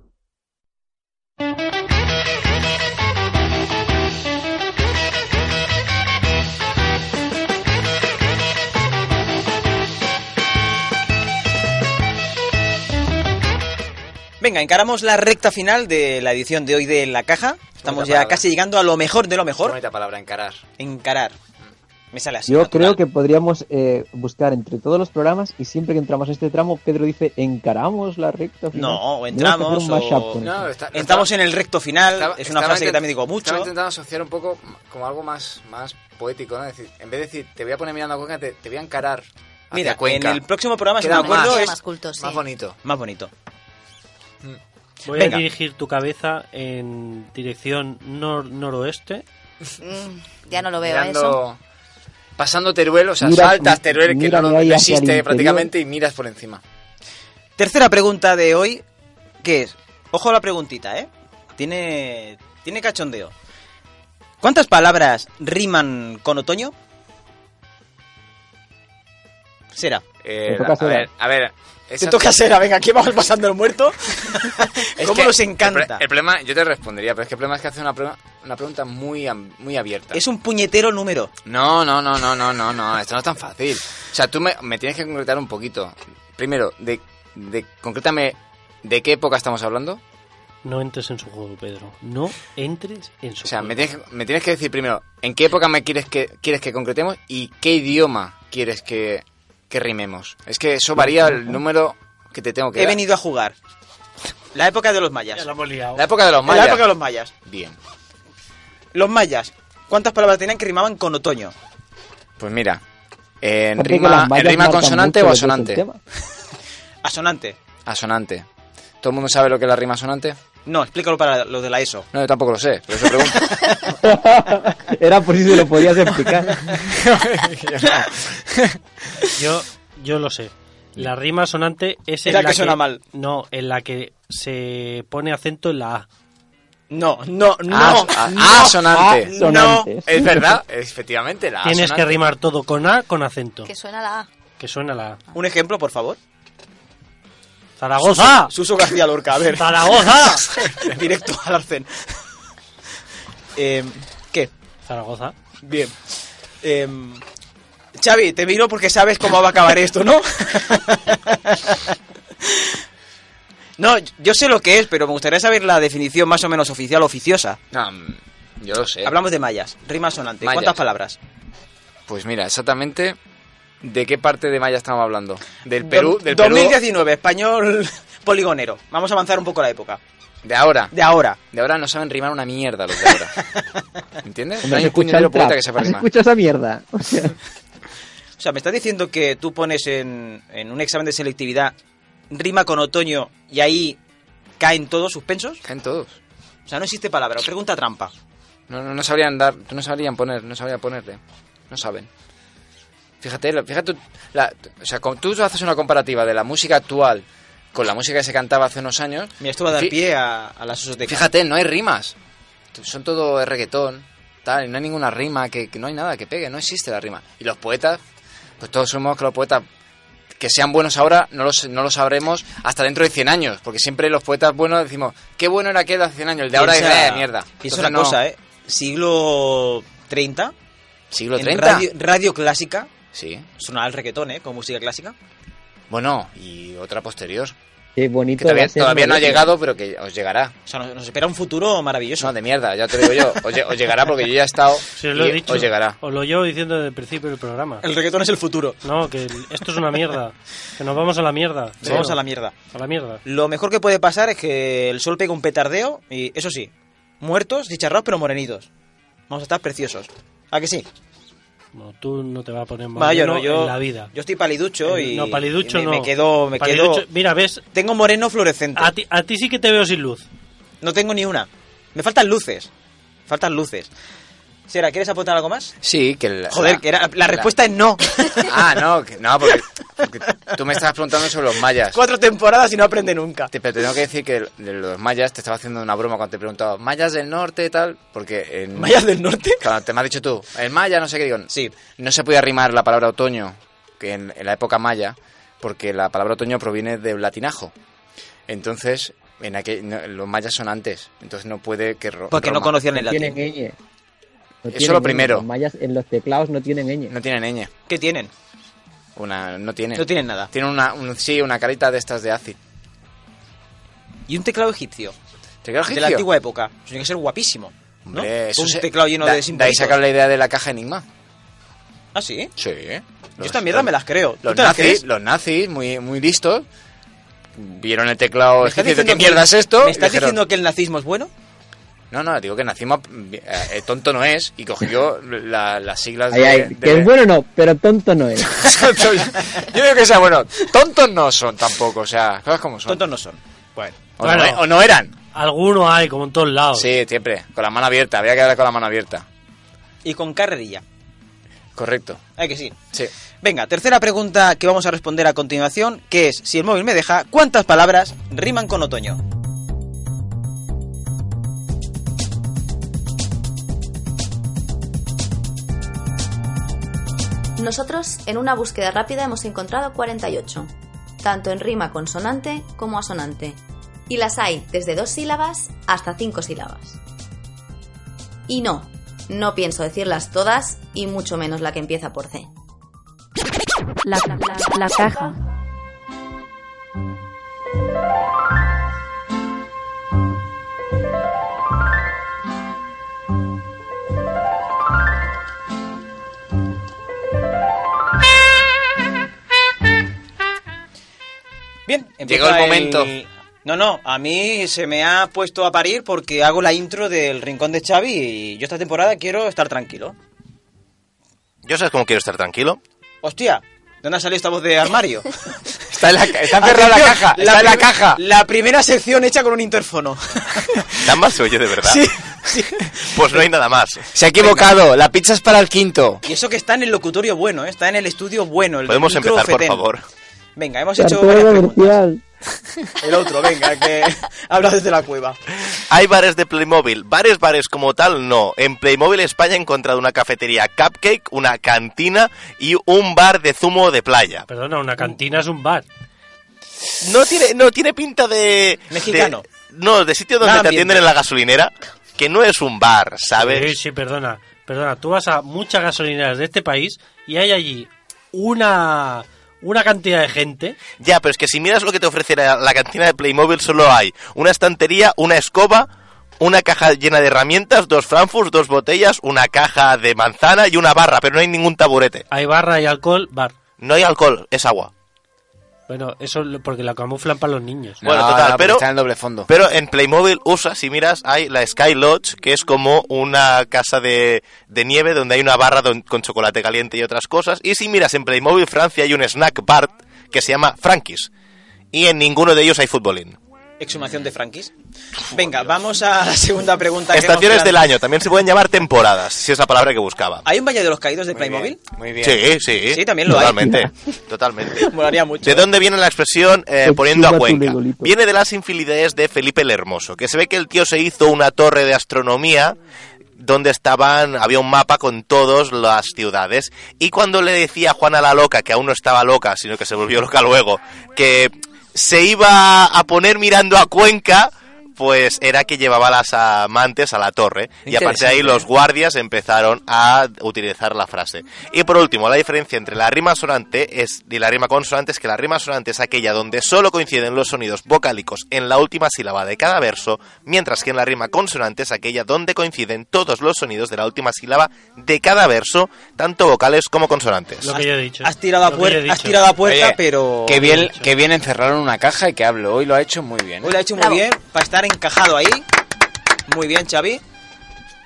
[SPEAKER 7] Venga, encaramos la recta final de la edición de hoy de La Caja. Estamos
[SPEAKER 9] Bonita
[SPEAKER 7] ya
[SPEAKER 9] palabra.
[SPEAKER 7] casi llegando a lo mejor de lo
[SPEAKER 9] Qué
[SPEAKER 7] mejor.
[SPEAKER 9] bonita palabra, encarar.
[SPEAKER 7] Encarar. Me sale así.
[SPEAKER 10] Yo creo
[SPEAKER 7] natural.
[SPEAKER 10] que podríamos eh, buscar entre todos los programas y siempre que entramos a este tramo, Pedro dice, encaramos la recta. final".
[SPEAKER 7] No, o
[SPEAKER 10] Tenemos que hacer un
[SPEAKER 7] entramos, o-
[SPEAKER 10] mashup con eso.
[SPEAKER 9] No, está-
[SPEAKER 7] Entramos
[SPEAKER 9] estaba-
[SPEAKER 7] en el recto final.
[SPEAKER 9] estaba-
[SPEAKER 7] es una
[SPEAKER 9] estaba
[SPEAKER 7] frase que
[SPEAKER 9] intent-
[SPEAKER 7] también digo mucho.
[SPEAKER 9] Estaba intentando asociar un poco como algo más, más poético, ¿no? Es decir, en vez de decir, te voy a poner mirando a Cuenca, te, te voy a encarar. hacia
[SPEAKER 7] Mira,
[SPEAKER 9] Cuenca.
[SPEAKER 7] en el próximo programa, si
[SPEAKER 9] Queda
[SPEAKER 7] no me acuerdo,
[SPEAKER 9] más.
[SPEAKER 7] es
[SPEAKER 12] Más culto, sí.
[SPEAKER 9] Más bonito.
[SPEAKER 7] más bonito.
[SPEAKER 8] Voy
[SPEAKER 7] Venga.
[SPEAKER 8] a dirigir tu cabeza en dirección nor- noroeste.
[SPEAKER 13] Mm, ya no lo veo eso.
[SPEAKER 9] Mirando- Pasando Teruel, o sea,
[SPEAKER 10] Mira-
[SPEAKER 9] saltas Teruel, que no,
[SPEAKER 10] mírame
[SPEAKER 9] no
[SPEAKER 10] ahí hacia el
[SPEAKER 9] existe
[SPEAKER 10] interior.
[SPEAKER 9] prácticamente, y miras por encima.
[SPEAKER 7] Tercera pregunta de hoy, que es, ojo a la preguntita, ¿eh? Tiene, tiene cachondeo. ¿Cuántas palabras riman con otoño? Será.
[SPEAKER 9] Eh,
[SPEAKER 7] Te toca
[SPEAKER 9] a,
[SPEAKER 7] Sera.
[SPEAKER 9] ver, a ver.
[SPEAKER 7] Te
[SPEAKER 9] esas-
[SPEAKER 7] toca Sera, venga, aquí vamos pasando el muerto.
[SPEAKER 9] Es
[SPEAKER 7] ¿Cómo
[SPEAKER 9] que
[SPEAKER 7] nos
[SPEAKER 9] El,
[SPEAKER 7] encanta?
[SPEAKER 9] pre- el problema, yo te respondería, pero es que el problema es que hace una, prueba- una pregunta muy, am- muy abierta.
[SPEAKER 7] Es un puñetero número.
[SPEAKER 9] No, no, no, no, no, no, no, esto no es tan fácil. O sea, tú me, me tienes que concretar un poquito. Primero, de, de, concrétame, ¿de qué época estamos hablando?
[SPEAKER 8] No entres en su juego, Pedro. No entres en su
[SPEAKER 9] O sea,
[SPEAKER 8] juego.
[SPEAKER 9] me tienes, que- me tienes que decir primero, ¿en qué época me quieres que, quieres que concretemos y qué idioma quieres que, que rimemos? Es que eso varía el número que te tengo que
[SPEAKER 7] He
[SPEAKER 9] dar.
[SPEAKER 7] venido a jugar. La época de los mayas.
[SPEAKER 9] La época de los mayas.
[SPEAKER 7] La época de los mayas.
[SPEAKER 9] Bien.
[SPEAKER 7] Los mayas. ¿Cuántas palabras tenían que rimaban con otoño?
[SPEAKER 9] Pues mira, ¿en
[SPEAKER 7] Aparte que
[SPEAKER 9] rima,
[SPEAKER 7] las
[SPEAKER 9] en
[SPEAKER 7] mallas
[SPEAKER 9] rima
[SPEAKER 7] marcan
[SPEAKER 9] consonante
[SPEAKER 7] mucho
[SPEAKER 9] o
[SPEAKER 7] lo que es el
[SPEAKER 9] asonante?
[SPEAKER 7] tema. Asonante.
[SPEAKER 9] Asonante. ¿Todo el mundo sabe lo que es la rima asonante?
[SPEAKER 7] No, explícalo para los de la ESO.
[SPEAKER 9] No, yo tampoco lo sé, por eso pregunto.
[SPEAKER 10] Era por si se lo podías explicar.
[SPEAKER 8] Yo, yo lo sé. La rima sonante es
[SPEAKER 7] Es
[SPEAKER 8] en
[SPEAKER 7] la que suena mal.
[SPEAKER 8] No, en la que se pone acento en la A.
[SPEAKER 7] No, no, no.
[SPEAKER 9] Ah,
[SPEAKER 8] no,
[SPEAKER 9] ah, sonante.
[SPEAKER 8] ah, no.
[SPEAKER 9] es verdad, efectivamente, la
[SPEAKER 8] Tienes
[SPEAKER 9] asonante.
[SPEAKER 8] que rimar todo con A con acento.
[SPEAKER 13] Que suena la A.
[SPEAKER 8] Que suena la A.
[SPEAKER 7] Un ejemplo, por favor.
[SPEAKER 8] ¡Zaragoza!
[SPEAKER 7] Suso García Lorca, a ver.
[SPEAKER 8] ¡Zaragoza!
[SPEAKER 7] Directo al arcén. Eh, ¿Qué?
[SPEAKER 8] Zaragoza.
[SPEAKER 7] Bien. Eh, Xavi, te miro porque sabes cómo va a acabar esto, ¿no? no, yo sé lo que es, pero me gustaría saber la definición más o menos oficial oficiosa.
[SPEAKER 9] Ah, mm, yo lo sé.
[SPEAKER 7] Hablamos de mayas, rima sonante.
[SPEAKER 9] Mayas.
[SPEAKER 7] ¿Cuántas palabras?
[SPEAKER 9] Pues mira, exactamente. ¿De qué parte de Maya estamos hablando? ¿Del Perú?
[SPEAKER 7] Do-
[SPEAKER 9] ¿Del Perú?
[SPEAKER 7] 2019, español poligonero. Vamos a avanzar un poco la época.
[SPEAKER 9] ¿De ahora?
[SPEAKER 7] De ahora.
[SPEAKER 9] De ahora no saben rimar una mierda los de ahora. ¿Entiendes?
[SPEAKER 10] Hombre,
[SPEAKER 9] no hay
[SPEAKER 10] se
[SPEAKER 9] un
[SPEAKER 10] escucha
[SPEAKER 9] puñetero
[SPEAKER 10] el trap.
[SPEAKER 9] poeta que sepa
[SPEAKER 10] Se
[SPEAKER 9] rimar.
[SPEAKER 10] escucha esa mierda. O sea,
[SPEAKER 7] O sea, me estás diciendo que tú pones en, en un examen de selectividad rima con otoño y ahí caen todos suspensos.
[SPEAKER 9] Caen todos.
[SPEAKER 7] O sea, no existe palabra, pregunta trampa.
[SPEAKER 9] No, no, no sabrían dar, no sabrían poner, no sabrían ponerle. No saben. Fíjate, la- fíjate, la- o sea, con- tú haces una comparativa de la música actual con la música que se cantaba hace unos años.
[SPEAKER 7] Mira, esto va a dar
[SPEAKER 9] Fí-
[SPEAKER 7] pie a, a las de
[SPEAKER 9] Fíjate, no hay rimas. Son todo reggaetón, tal, y no hay ninguna rima, que, que no hay nada que pegue, no existe la rima. Y los poetas, pues todos somos que los poetas que sean buenos ahora no los, no lo sabremos hasta dentro de 100 años, porque siempre los poetas buenos decimos, qué bueno era aquel hace 100 años, el de ahora es
[SPEAKER 7] Piensa-
[SPEAKER 9] "Eh, mierda.
[SPEAKER 7] Piensa
[SPEAKER 9] Entonces,
[SPEAKER 7] una
[SPEAKER 9] no-
[SPEAKER 7] cosa, ¿eh? Siglo 30.
[SPEAKER 9] Siglo
[SPEAKER 7] en
[SPEAKER 9] 30.
[SPEAKER 7] Radio, radio clásica.
[SPEAKER 9] Sí.
[SPEAKER 7] Sonaba el reggaetón, ¿eh? Con música clásica.
[SPEAKER 9] Bueno, y otra posterior,
[SPEAKER 10] qué bonito.
[SPEAKER 9] que todavía,
[SPEAKER 10] va a ser
[SPEAKER 9] todavía no ha
[SPEAKER 10] molesto.
[SPEAKER 9] llegado, pero que os llegará.
[SPEAKER 7] O sea, nos, nos espera un futuro maravilloso.
[SPEAKER 9] No, de mierda, ya te lo digo yo. Os, lle- os llegará porque yo ya he estado.
[SPEAKER 8] Si os lo he
[SPEAKER 9] y
[SPEAKER 8] dicho.
[SPEAKER 9] Os llegará.
[SPEAKER 8] Os lo llevo diciendo desde el principio del programa.
[SPEAKER 7] El reggaetón es el futuro.
[SPEAKER 8] No, que el- esto es una mierda. Que nos vamos a la mierda.
[SPEAKER 7] Nos Vamos a la mierda.
[SPEAKER 8] A la mierda.
[SPEAKER 7] Lo mejor que puede pasar es que el sol pegue un petardeo y, eso sí, muertos, dicharrados, pero morenitos. Vamos a estar preciosos. ¿A que sí?
[SPEAKER 8] No, tú no te vas a poner más
[SPEAKER 7] Vaya,
[SPEAKER 8] moreno
[SPEAKER 7] no, yo,
[SPEAKER 8] en la vida.
[SPEAKER 7] yo estoy paliducho y.
[SPEAKER 8] no, paliducho
[SPEAKER 7] y me,
[SPEAKER 8] no.
[SPEAKER 7] Me quedo. Me quedo-
[SPEAKER 8] Paliducho- Mira, ves,
[SPEAKER 7] Tengo moreno fluorescente.
[SPEAKER 8] a ti, a ti sí que te veo sin luz.
[SPEAKER 7] No tengo ni una. Me faltan luces. Faltan luces. Sera, ¿quieres apuntar algo más?
[SPEAKER 9] Sí, que el-
[SPEAKER 7] Joder, que era, la respuesta es no.
[SPEAKER 9] Ah, no, que- no, porque, porque tú me estabas preguntando sobre los mayas.
[SPEAKER 7] Cuatro temporadas y no aprende nunca.
[SPEAKER 9] Te- Pero te tengo que decir que de los mayas te estaba haciendo una broma cuando te preguntaba mayas del norte y tal, porque en...
[SPEAKER 7] ¿Mayas del norte?
[SPEAKER 9] Claro, te me has dicho tú, el maya no sé qué digo. Sí. No se podía rimar la palabra otoño que en, en la época maya, porque la palabra otoño proviene del latinajo. Entonces, en aquel, no, los mayas son antes, entonces no puede que... ro-
[SPEAKER 7] Porque no
[SPEAKER 9] Roma-
[SPEAKER 7] conocían el
[SPEAKER 10] No tienen
[SPEAKER 7] latín.
[SPEAKER 10] ñ. No
[SPEAKER 9] Eso
[SPEAKER 10] tienen
[SPEAKER 9] lo
[SPEAKER 10] ñ.
[SPEAKER 9] primero.
[SPEAKER 10] Los mayas en los teclados no tienen ñ.
[SPEAKER 9] No tienen ñ.
[SPEAKER 7] ¿Qué tienen?
[SPEAKER 9] Eh. Una, no tienen.
[SPEAKER 7] No tienen nada.
[SPEAKER 9] Tienen una, un- sí, una carita de estas de ácido.
[SPEAKER 7] Y un teclado egipcio.
[SPEAKER 9] ¿Te quedas
[SPEAKER 7] De la
[SPEAKER 9] egipcio?
[SPEAKER 7] antigua época. Eso Tiene que ser guapísimo. ¿no?
[SPEAKER 9] Hombre, eso
[SPEAKER 7] un
[SPEAKER 9] se-
[SPEAKER 7] teclado lleno
[SPEAKER 9] da-
[SPEAKER 7] de
[SPEAKER 9] De ahí
[SPEAKER 7] simbolitos.
[SPEAKER 9] sacar la idea de la caja Enigma.
[SPEAKER 7] Ah, sí.
[SPEAKER 9] Sí.
[SPEAKER 7] Yo esta mierda me las creo. ¿Tú
[SPEAKER 9] Los
[SPEAKER 7] te las
[SPEAKER 9] nazis,
[SPEAKER 7] crees?
[SPEAKER 9] los nazis, muy, muy listos, vieron el teclado
[SPEAKER 7] ¿Me estás
[SPEAKER 9] egipcio y
[SPEAKER 7] diciendo
[SPEAKER 9] dijeron, ¿qué
[SPEAKER 7] que-
[SPEAKER 9] mierda es esto?
[SPEAKER 7] ¿Me estás
[SPEAKER 9] Y dijeron,
[SPEAKER 7] diciendo que el nazismo es bueno?
[SPEAKER 9] No, no, digo que nazismo eh, eh, tonto no es y cogió la- las siglas
[SPEAKER 10] Ay,
[SPEAKER 9] de...
[SPEAKER 10] ay,
[SPEAKER 9] de-
[SPEAKER 10] que es bueno no, pero tonto no es.
[SPEAKER 9] Exacto. Yo digo que sea bueno. Tontos no son tampoco, o sea, cosas como son.
[SPEAKER 7] Tontos no son. Bueno.
[SPEAKER 9] O,
[SPEAKER 8] Bueno.
[SPEAKER 9] no, e, o no eran.
[SPEAKER 8] Alguno hay, como en todos lados.
[SPEAKER 9] Sí, siempre, con la mano abierta, había que hablar con la mano abierta.
[SPEAKER 7] Y con carrerilla.
[SPEAKER 9] Correcto,
[SPEAKER 7] Hay que sí.
[SPEAKER 9] sí.
[SPEAKER 7] Venga, tercera pregunta que vamos a responder a continuación, que es, si el móvil me deja, ¿cuántas palabras riman con otoño?
[SPEAKER 12] Nosotros en una búsqueda rápida hemos encontrado 48, tanto en rima consonante como asonante, y las hay desde dos sílabas hasta cinco sílabas. Y no, no pienso decirlas todas y mucho menos la que empieza por C.
[SPEAKER 14] La, la, la caja.
[SPEAKER 7] Bien,
[SPEAKER 9] Llegó el momento.
[SPEAKER 7] No, no, a mí se me ha puesto a parir porque hago la intro del Rincón de Xavi y yo esta temporada quiero estar tranquilo.
[SPEAKER 11] ¿Yo sabes cómo quiero estar tranquilo?
[SPEAKER 7] Hostia, ¿de dónde ha salido esta voz de armario?
[SPEAKER 9] Está, en la, ca- está encerrada la caja.
[SPEAKER 7] Atención,
[SPEAKER 9] está en la
[SPEAKER 7] prim-
[SPEAKER 9] caja.
[SPEAKER 7] La primera sección hecha con un interfono.
[SPEAKER 11] Nada más se oye de verdad.
[SPEAKER 7] Sí, sí.
[SPEAKER 11] Pues no hay nada más.
[SPEAKER 9] Se ha equivocado. La pizza es para el quinto.
[SPEAKER 7] Y eso que está en el locutorio bueno, ¿eh? está en el estudio bueno. El
[SPEAKER 11] Podemos
[SPEAKER 7] micro
[SPEAKER 11] empezar, por
[SPEAKER 7] fetén.
[SPEAKER 11] favor.
[SPEAKER 7] Venga, hemos hecho
[SPEAKER 10] Cartera
[SPEAKER 7] varias preguntas.
[SPEAKER 10] comercial.
[SPEAKER 7] El otro, venga, que habla desde la cueva.
[SPEAKER 11] Hay bares de Playmobil. Bares, bares como tal, no. En Playmobil España he encontrado una cafetería cupcake, una cantina y un bar de zumo de playa.
[SPEAKER 8] Perdona, una cantina es un bar.
[SPEAKER 11] No tiene, no tiene pinta de...
[SPEAKER 8] Mexicano.
[SPEAKER 11] de- no, de sitio donde
[SPEAKER 8] Da
[SPEAKER 11] te
[SPEAKER 8] ambiente.
[SPEAKER 11] atienden en la gasolinera, que no es un bar,
[SPEAKER 8] Sí,
[SPEAKER 11] ¿sabes?
[SPEAKER 8] sí, perdona. Perdona, tú vas a muchas gasolineras de este país y hay allí una, una cantidad de gente.
[SPEAKER 11] Ya, pero es que si miras lo que te ofrece la, la cantina de Playmobil, solo hay una estantería, una escoba, una caja llena de herramientas, dos Frankfurt, dos botellas, una caja de manzana y una barra, pero no hay ningún taburete.
[SPEAKER 8] Hay barra y alcohol, bar.
[SPEAKER 11] No hay alcohol, es agua.
[SPEAKER 8] Bueno, eso lo- porque la camuflan para los niños.
[SPEAKER 11] Bueno, total,
[SPEAKER 9] no,
[SPEAKER 11] pero-
[SPEAKER 9] Está en el doble fondo.
[SPEAKER 11] Pero en Playmobil USA, si miras, hay la Sky Lodge, que es como una casa de, de nieve donde hay una barra don- con chocolate caliente y otras cosas. Y si miras en Playmobil Francia, hay un snack bar que se llama Frankie's. Y en ninguno de ellos hay futbolín.
[SPEAKER 7] Exhumación de Frankis. Venga, vamos a la segunda pregunta. que
[SPEAKER 11] Estaciones
[SPEAKER 7] hemos
[SPEAKER 11] del
[SPEAKER 7] plan-
[SPEAKER 11] año, también se pueden llamar temporadas, si es la palabra que buscaba.
[SPEAKER 7] ¿Hay un Valle de los Caídos de Playmobil?
[SPEAKER 9] Muy
[SPEAKER 11] Sí, sí.
[SPEAKER 7] Sí, también lo hay.
[SPEAKER 11] totalmente, Totalmente.
[SPEAKER 7] Molaría mucho.
[SPEAKER 11] ¿De dónde viene la expresión eh,
[SPEAKER 10] Te
[SPEAKER 11] poniendo a
[SPEAKER 10] chupa tu
[SPEAKER 11] Cuenca?
[SPEAKER 10] legolito.
[SPEAKER 11] Viene de las infidelidades de Felipe el Hermoso, que se ve que el tío se hizo una torre de astronomía donde estaban, había un mapa con todas las ciudades. Y cuando le decía a Juana la loca, que aún no estaba loca, sino que se volvió loca luego, que se iba a poner mirando a Cuenca, pues era que llevaba a las amantes a la torre. Y a partir de ahí
[SPEAKER 7] Interesante.
[SPEAKER 11] los guardias empezaron a utilizar la frase. Y por último, la diferencia entre la rima sonante es, y la rima consonante es que la rima sonante es aquella donde solo coinciden los sonidos vocálicos en la última sílaba de cada verso, mientras que en la rima consonante es aquella donde coinciden todos los sonidos de la última sílaba de cada verso, tanto vocales como consonantes.
[SPEAKER 8] Lo que yo he dicho.
[SPEAKER 7] Has tirado a,
[SPEAKER 8] Lo que
[SPEAKER 7] puer-
[SPEAKER 8] yo he dicho.
[SPEAKER 7] has tirado a puerta,
[SPEAKER 9] Oye,
[SPEAKER 7] pero...
[SPEAKER 9] Que bien, que bien encerraron una caja y que hablo. Hoy lo ha hecho muy bien. ¿eh?
[SPEAKER 7] Hoy lo ha hecho muy
[SPEAKER 13] Bravo.
[SPEAKER 7] bien, para estar encajado ahí. Muy bien, Xavi.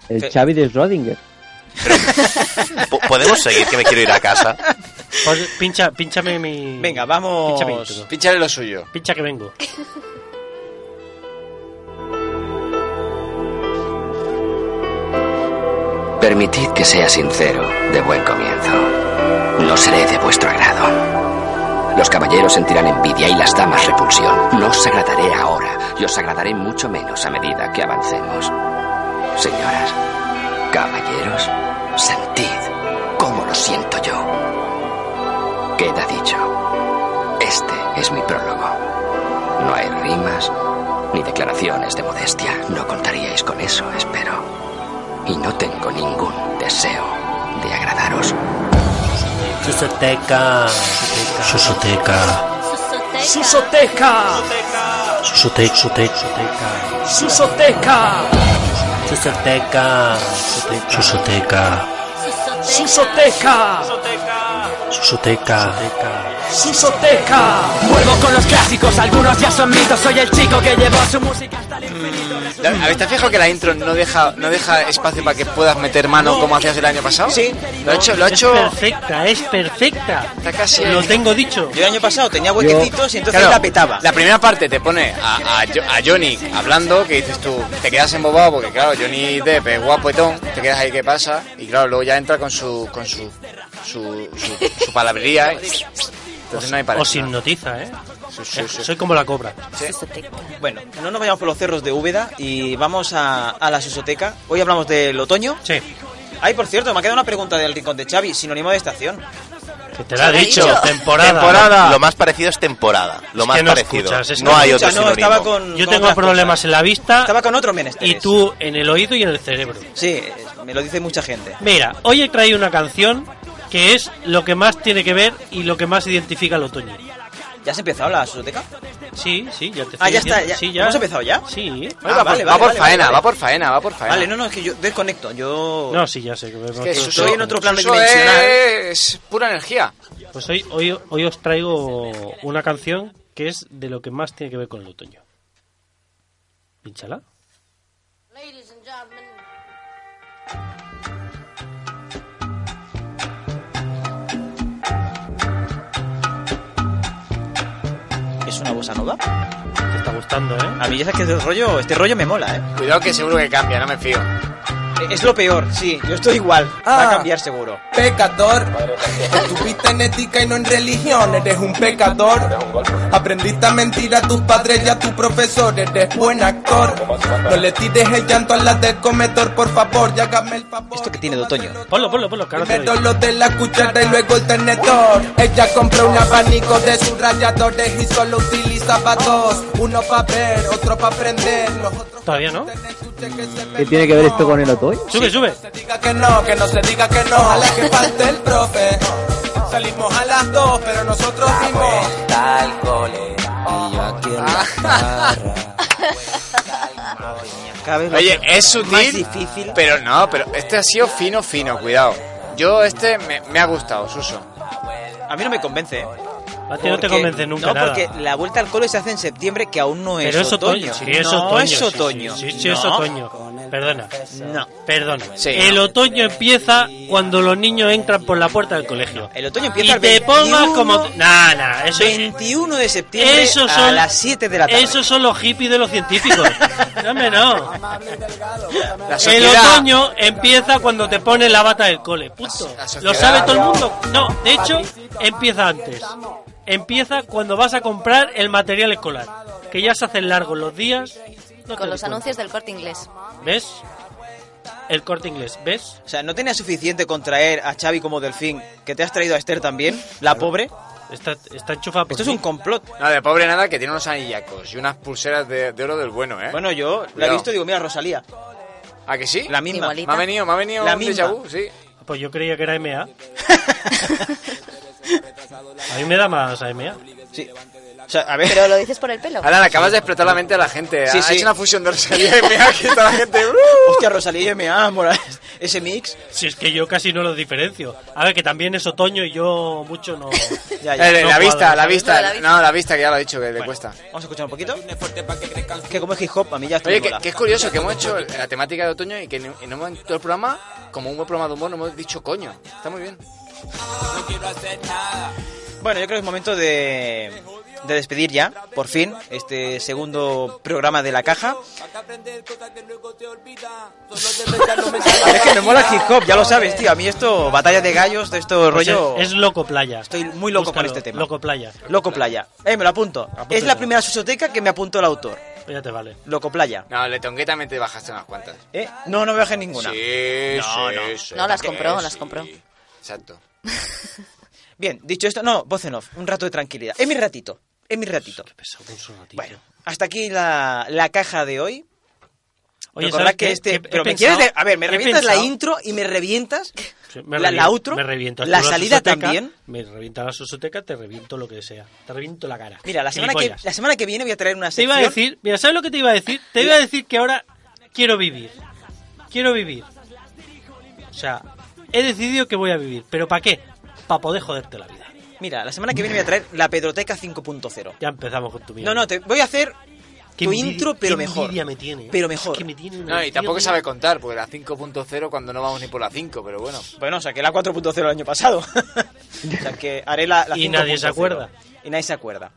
[SPEAKER 10] El
[SPEAKER 7] Sí.
[SPEAKER 10] Xavi de Schrödinger.
[SPEAKER 11] Po- ¿Podemos seguir? Que me quiero ir a casa.
[SPEAKER 8] Pues pincha, pínchame mi.
[SPEAKER 7] Venga, vamos...
[SPEAKER 8] Pincha mi intro.
[SPEAKER 9] Píchale lo suyo.
[SPEAKER 8] Pincha que vengo.
[SPEAKER 15] Permitid que sea sincero de buen comienzo. No seré de vuestro agrado. Los caballeros sentirán envidia y las damas repulsión. No os agradaré ahora y os agradaré mucho menos a medida que avancemos. Señoras, caballeros, sentid cómo lo siento yo. Queda dicho. Este es mi prólogo. No hay rimas ni declaraciones de modestia. No contaríais con eso, espero y no tengo ningún deseo de agradaros.
[SPEAKER 8] Susoteca. Susoteca.
[SPEAKER 4] ¡Susoteca!
[SPEAKER 8] Susoteca. Susoteca.
[SPEAKER 4] ¡Susoteca!
[SPEAKER 8] Susoteca. Susoteca.
[SPEAKER 4] ¡Susoteca!
[SPEAKER 8] Susoteca.
[SPEAKER 4] ¡Susoteca!
[SPEAKER 16] Vuelvo con los clásicos, algunos ya son mitos. Soy el chico que llevó su música hasta el infinito.
[SPEAKER 9] A ver, ¿te has fijado que la intro no deja, no deja espacio para que puedas meter mano como hacías el año pasado?
[SPEAKER 7] Sí.
[SPEAKER 9] Lo ha hecho, lo ha
[SPEAKER 8] Es
[SPEAKER 9] hecho.
[SPEAKER 8] perfecta, es perfecta.
[SPEAKER 9] Está casi.
[SPEAKER 8] Lo tengo dicho.
[SPEAKER 7] Yo el año pasado tenía huequecitos y entonces
[SPEAKER 9] Claro,
[SPEAKER 7] la petaba.
[SPEAKER 9] La primera parte te pone a, a, Jo- a Johnny hablando, que dices tú, te quedas embobado porque, claro, Johnny Depp es guapetón, te quedas ahí, ¿qué pasa? Y claro, luego ya entra con su con su, su, su, su palabrería. y- Entonces no hay para
[SPEAKER 8] Os hipnotiza, ¿eh?
[SPEAKER 9] Sí, sí, sí.
[SPEAKER 8] Soy como la cobra.
[SPEAKER 7] Bueno, no nos vayamos por los cerros de Úbeda y vamos a, a la Sosoteca. Hoy hablamos del otoño.
[SPEAKER 8] Sí.
[SPEAKER 7] Ay, por cierto, me ha quedado una pregunta del rincón de Xavi, sinónimo de estación.
[SPEAKER 8] Que te lo ha dicho, temporada.
[SPEAKER 11] Lo más parecido es temporada. Lo
[SPEAKER 8] Es
[SPEAKER 11] más
[SPEAKER 8] que no
[SPEAKER 11] parecido.
[SPEAKER 8] escuchas, es que
[SPEAKER 11] no hay
[SPEAKER 8] escuchas,
[SPEAKER 11] otro
[SPEAKER 8] no,
[SPEAKER 11] sinónimo.
[SPEAKER 8] estaba con- Yo con tengo otras problemas cosas. en la vista.
[SPEAKER 7] Estaba con otro menester.
[SPEAKER 8] Y tú en el oído y en el cerebro.
[SPEAKER 7] Sí, eh, me lo dice mucha gente.
[SPEAKER 8] Mira, hoy he traído una canción que es lo que más tiene que ver y lo que más identifica al otoño.
[SPEAKER 7] ¿Ya has empezado la soteca?
[SPEAKER 8] Sí, sí, ya te
[SPEAKER 7] Ah,
[SPEAKER 8] estoy
[SPEAKER 7] ya está.
[SPEAKER 8] diciendo.
[SPEAKER 7] Ya.
[SPEAKER 8] Sí, ya.
[SPEAKER 7] ¿Hemos empezado ya?
[SPEAKER 8] Sí.
[SPEAKER 9] Ah, va por- va por faena, va por faena, va por faena.
[SPEAKER 7] Vale, no, no, es que yo desconecto. Yo.
[SPEAKER 8] No, sí, ya sé. Que
[SPEAKER 9] que eso-
[SPEAKER 7] estoy en otro plano
[SPEAKER 9] eso
[SPEAKER 7] dimensional.
[SPEAKER 9] Es pura energía.
[SPEAKER 8] Pues hoy, hoy, hoy os traigo una canción que es de lo que más tiene que ver con el otoño. Pinchala.
[SPEAKER 7] ¿Es una bossa nova?
[SPEAKER 8] Te está gustando, ¿eh?
[SPEAKER 7] A mí ya sabes que este rollo, este rollo me mola, ¿eh?
[SPEAKER 9] Cuidado que seguro que cambia, no me fío.
[SPEAKER 7] Es lo peor, sí, yo estoy igual. Va
[SPEAKER 17] Ah.
[SPEAKER 7] a cambiar seguro.
[SPEAKER 17] Pecador, estuviste en ética y no en religión, eres un pecador. Aprendiste a mentir a tus padres y a tu profesor, eres buen actor. No le tires el llanto a la del comedor, por favor, y hágame el favor.
[SPEAKER 7] Esto que tiene de otoño.
[SPEAKER 8] Ponlo, ponlo, ponlo, claro. te lo
[SPEAKER 17] Primero
[SPEAKER 8] digo.
[SPEAKER 17] lo de la cuchara y luego el tenedor. Ella compró un abanico de subrayadores y solo utilizaba dos: uno para ver, otro para aprender. Los otros
[SPEAKER 8] Todavía no.
[SPEAKER 10] ¿Qué tiene que ver esto con el otoño?
[SPEAKER 8] Sube, sube.
[SPEAKER 17] diga que no, que no se diga que no, ojalá que falte el profe. Salimos a las dos, pero nosotros
[SPEAKER 7] Ah,
[SPEAKER 17] vimos.
[SPEAKER 18] Tal cole. Y yo aquí en la barra.
[SPEAKER 9] Oye, es
[SPEAKER 7] Más
[SPEAKER 9] sutil,
[SPEAKER 7] difícil.
[SPEAKER 9] pero no, pero este ha sido fino, fino, cuidado. Yo este me, me ha gustado, Suso.
[SPEAKER 7] A mí no me convence, ¿eh?
[SPEAKER 8] A ti no te
[SPEAKER 7] Porque-
[SPEAKER 8] convence nunca
[SPEAKER 7] No,
[SPEAKER 8] nada.
[SPEAKER 7] porque la vuelta al cole se hace en septiembre, que aún no es
[SPEAKER 8] Pero es otoño.
[SPEAKER 7] otoño.
[SPEAKER 8] Sí, es
[SPEAKER 7] no
[SPEAKER 8] otoño. sí,
[SPEAKER 7] es
[SPEAKER 8] sí,
[SPEAKER 7] otoño.
[SPEAKER 8] Sí, sí, sí, es
[SPEAKER 7] No.
[SPEAKER 8] otoño. Perdona.
[SPEAKER 7] No.
[SPEAKER 8] Perdona.
[SPEAKER 7] Sí.
[SPEAKER 8] el otoño empieza cuando los niños entran por la puerta del colegio.
[SPEAKER 7] El otoño empieza
[SPEAKER 8] y
[SPEAKER 7] el
[SPEAKER 8] te pongas
[SPEAKER 7] 21
[SPEAKER 8] como... Nah, nah, eso es-
[SPEAKER 7] 21 de septiembre
[SPEAKER 8] Esos
[SPEAKER 7] a
[SPEAKER 8] son-
[SPEAKER 7] las 7 de la tarde.
[SPEAKER 8] Esos son los hippies de los científicos. no, hombre, no.
[SPEAKER 9] La
[SPEAKER 8] El
[SPEAKER 9] sociedad-
[SPEAKER 8] otoño empieza cuando te pones la bata del cole. Punto. Lo sabe todo el mundo. No, de hecho, empieza antes. Empieza cuando vas a comprar el material escolar. Que ya se hacen largos los días. No te
[SPEAKER 13] Con los
[SPEAKER 8] das cuenta.
[SPEAKER 13] anuncios del corte inglés.
[SPEAKER 8] ¿Ves? El corte inglés, ¿ves?
[SPEAKER 7] O sea, ¿no tenías suficiente con traer a Xavi como delfín que te has traído a Esther también? La pobre.
[SPEAKER 8] Está, está enchufada por
[SPEAKER 7] Esto es un complot.
[SPEAKER 9] No, de pobre nada, que tiene unos anillacos y unas pulseras de, de oro del bueno, ¿eh?
[SPEAKER 7] Bueno, yo la he
[SPEAKER 9] Cuidado.
[SPEAKER 7] visto y digo, mira, Rosalía.
[SPEAKER 9] ¿A que sí?
[SPEAKER 7] La misma.
[SPEAKER 9] Me ha venido, me ha venido
[SPEAKER 7] La
[SPEAKER 9] un
[SPEAKER 7] misma.
[SPEAKER 9] déjà vu, sí.
[SPEAKER 8] Pues yo creía que era MA. a mí me da más AMA.
[SPEAKER 7] Sí. O sea, a ver.
[SPEAKER 13] Pero lo dices por el pelo.
[SPEAKER 9] Alan, acabas de explotar la mente a la gente.
[SPEAKER 7] Sí,
[SPEAKER 9] ha
[SPEAKER 7] sí.
[SPEAKER 9] hecho una fusión de Rosalía y me ha quitado la gente.
[SPEAKER 7] uh, Hostia, Rosalía y me amo. Ese mix.
[SPEAKER 8] Si es que yo casi no los diferencio. A ver, que también es otoño y yo mucho no.
[SPEAKER 7] Ya, ya.
[SPEAKER 9] Eh, la
[SPEAKER 8] No
[SPEAKER 9] vista,
[SPEAKER 8] cuadra,
[SPEAKER 9] la
[SPEAKER 8] ¿sabes?
[SPEAKER 9] vista. No, la vista que ya lo he dicho, que le cuesta.
[SPEAKER 7] Vamos a escuchar un poquito. Que como es hip hop, a mí ya está.
[SPEAKER 9] Oye, que, que es curioso que hemos hecho la temática de otoño y que no no hemos en todo el programa, como un buen programa de humor, no hemos dicho coño. Está muy bien.
[SPEAKER 7] Bueno, yo creo que es momento de, de despedir ya, por fin, este segundo programa de la caja. es que me mola el hip hop, ya lo sabes, tío. A mí esto, batalla de gallos, de esto
[SPEAKER 8] Pues
[SPEAKER 7] rollo.
[SPEAKER 8] es, es loco playa.
[SPEAKER 7] Estoy muy loco con
[SPEAKER 8] Búscalo,
[SPEAKER 7] este tema.
[SPEAKER 8] Loco playa.
[SPEAKER 7] Loco Playa. Eh, me lo apunto. es la
[SPEAKER 8] Apúntatelo.
[SPEAKER 7] primera susoteca que me apuntó el autor.
[SPEAKER 8] Pues Ya te vale.
[SPEAKER 7] Loco Playa.
[SPEAKER 9] No, le tongué también te bajaste unas cuantas.
[SPEAKER 7] Eh, no, no me bajé ninguna.
[SPEAKER 9] Sí,
[SPEAKER 7] No,
[SPEAKER 9] sí,
[SPEAKER 7] no.
[SPEAKER 9] sí.
[SPEAKER 13] No, las
[SPEAKER 9] Que
[SPEAKER 13] compró,
[SPEAKER 9] sí.
[SPEAKER 13] las compró.
[SPEAKER 9] Exacto.
[SPEAKER 7] Bien, dicho esto, no, voz en off, un rato de tranquilidad. Es mi ratito, es mi ratito. Bueno, hasta aquí la, la caja de hoy.
[SPEAKER 8] Oye,
[SPEAKER 7] Recordad
[SPEAKER 8] ¿sabes
[SPEAKER 7] que
[SPEAKER 8] qué?
[SPEAKER 7] este.
[SPEAKER 8] ¿Qué he
[SPEAKER 7] pero me
[SPEAKER 8] pensado?
[SPEAKER 7] quieres. de- a ver, me
[SPEAKER 8] He
[SPEAKER 7] revientas la
[SPEAKER 8] pensado.
[SPEAKER 7] intro y me revientas
[SPEAKER 8] Sí, me
[SPEAKER 7] la,
[SPEAKER 8] revien-
[SPEAKER 7] la outro.
[SPEAKER 8] me revientas
[SPEAKER 7] La
[SPEAKER 8] tú
[SPEAKER 7] salida
[SPEAKER 8] susoteca,
[SPEAKER 7] también.
[SPEAKER 8] Me revienta la susoteca, te reviento lo que sea. Te reviento la cara.
[SPEAKER 7] Mira, la semana, que,
[SPEAKER 8] Gilipollas.
[SPEAKER 7] la semana que viene voy a traer una
[SPEAKER 8] Te
[SPEAKER 7] sección.
[SPEAKER 8] iba a decir, mira, ¿sabes lo que te iba a decir? Te iba a decir que ahora quiero vivir. Quiero vivir. O sea, he decidido que voy a vivir. ¿Pero para qué? Para poder joderte la vida.
[SPEAKER 7] Mira, la semana que viene voy a traer la Pedroteca 5.0.
[SPEAKER 8] Ya empezamos con tu mierda.
[SPEAKER 7] No, no, te voy a hacer
[SPEAKER 8] Qué
[SPEAKER 7] tu
[SPEAKER 8] envidia-
[SPEAKER 7] intro, pero
[SPEAKER 8] qué
[SPEAKER 7] mejor.
[SPEAKER 8] envidia me tiene. ¿eh?
[SPEAKER 7] Pero mejor.
[SPEAKER 8] Que me tiene una
[SPEAKER 9] No, y
[SPEAKER 8] envidia,
[SPEAKER 9] tampoco
[SPEAKER 8] tío.
[SPEAKER 9] sabe contar, porque la 5.0 cuando no vamos ni por la 5, pero bueno.
[SPEAKER 7] Bueno, saqué la 4.0 el año pasado. o sea que haré la, la
[SPEAKER 8] Y nadie
[SPEAKER 7] 5.0.
[SPEAKER 8] se acuerda.
[SPEAKER 7] Y nadie se acuerda.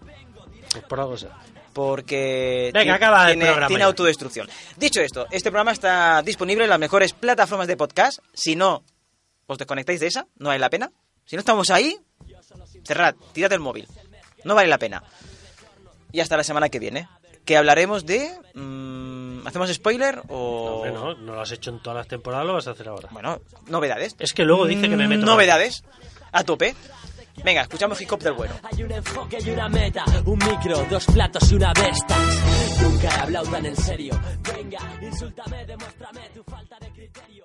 [SPEAKER 8] Pues por algo será.
[SPEAKER 7] Porque
[SPEAKER 8] Venga,
[SPEAKER 7] ti-
[SPEAKER 8] acaba el
[SPEAKER 7] tiene,
[SPEAKER 8] programa
[SPEAKER 7] tiene
[SPEAKER 8] ya.
[SPEAKER 7] autodestrucción. Dicho esto, este programa está disponible en las mejores plataformas de podcast. Si no os desconectáis de esa, no vale la pena. Si no estamos ahí, cerrad, tirad el móvil. No vale la pena. Y hasta la semana que viene, que hablaremos de... mm, ¿Hacemos spoiler o...?
[SPEAKER 8] No, no lo has hecho en todas las temporadas, lo vas a hacer ahora.
[SPEAKER 7] Bueno, novedades.
[SPEAKER 8] Es que luego dice que
[SPEAKER 7] Mm,
[SPEAKER 8] me meto...
[SPEAKER 7] Novedades. A tope. Venga, escuchamos hip hop del bueno.
[SPEAKER 9] Hay un enfoque y una meta, un micro, dos platos y una bestas. Nunca he hablado tan en serio. Venga, insúltame, demuéstrame tu falta de criterio.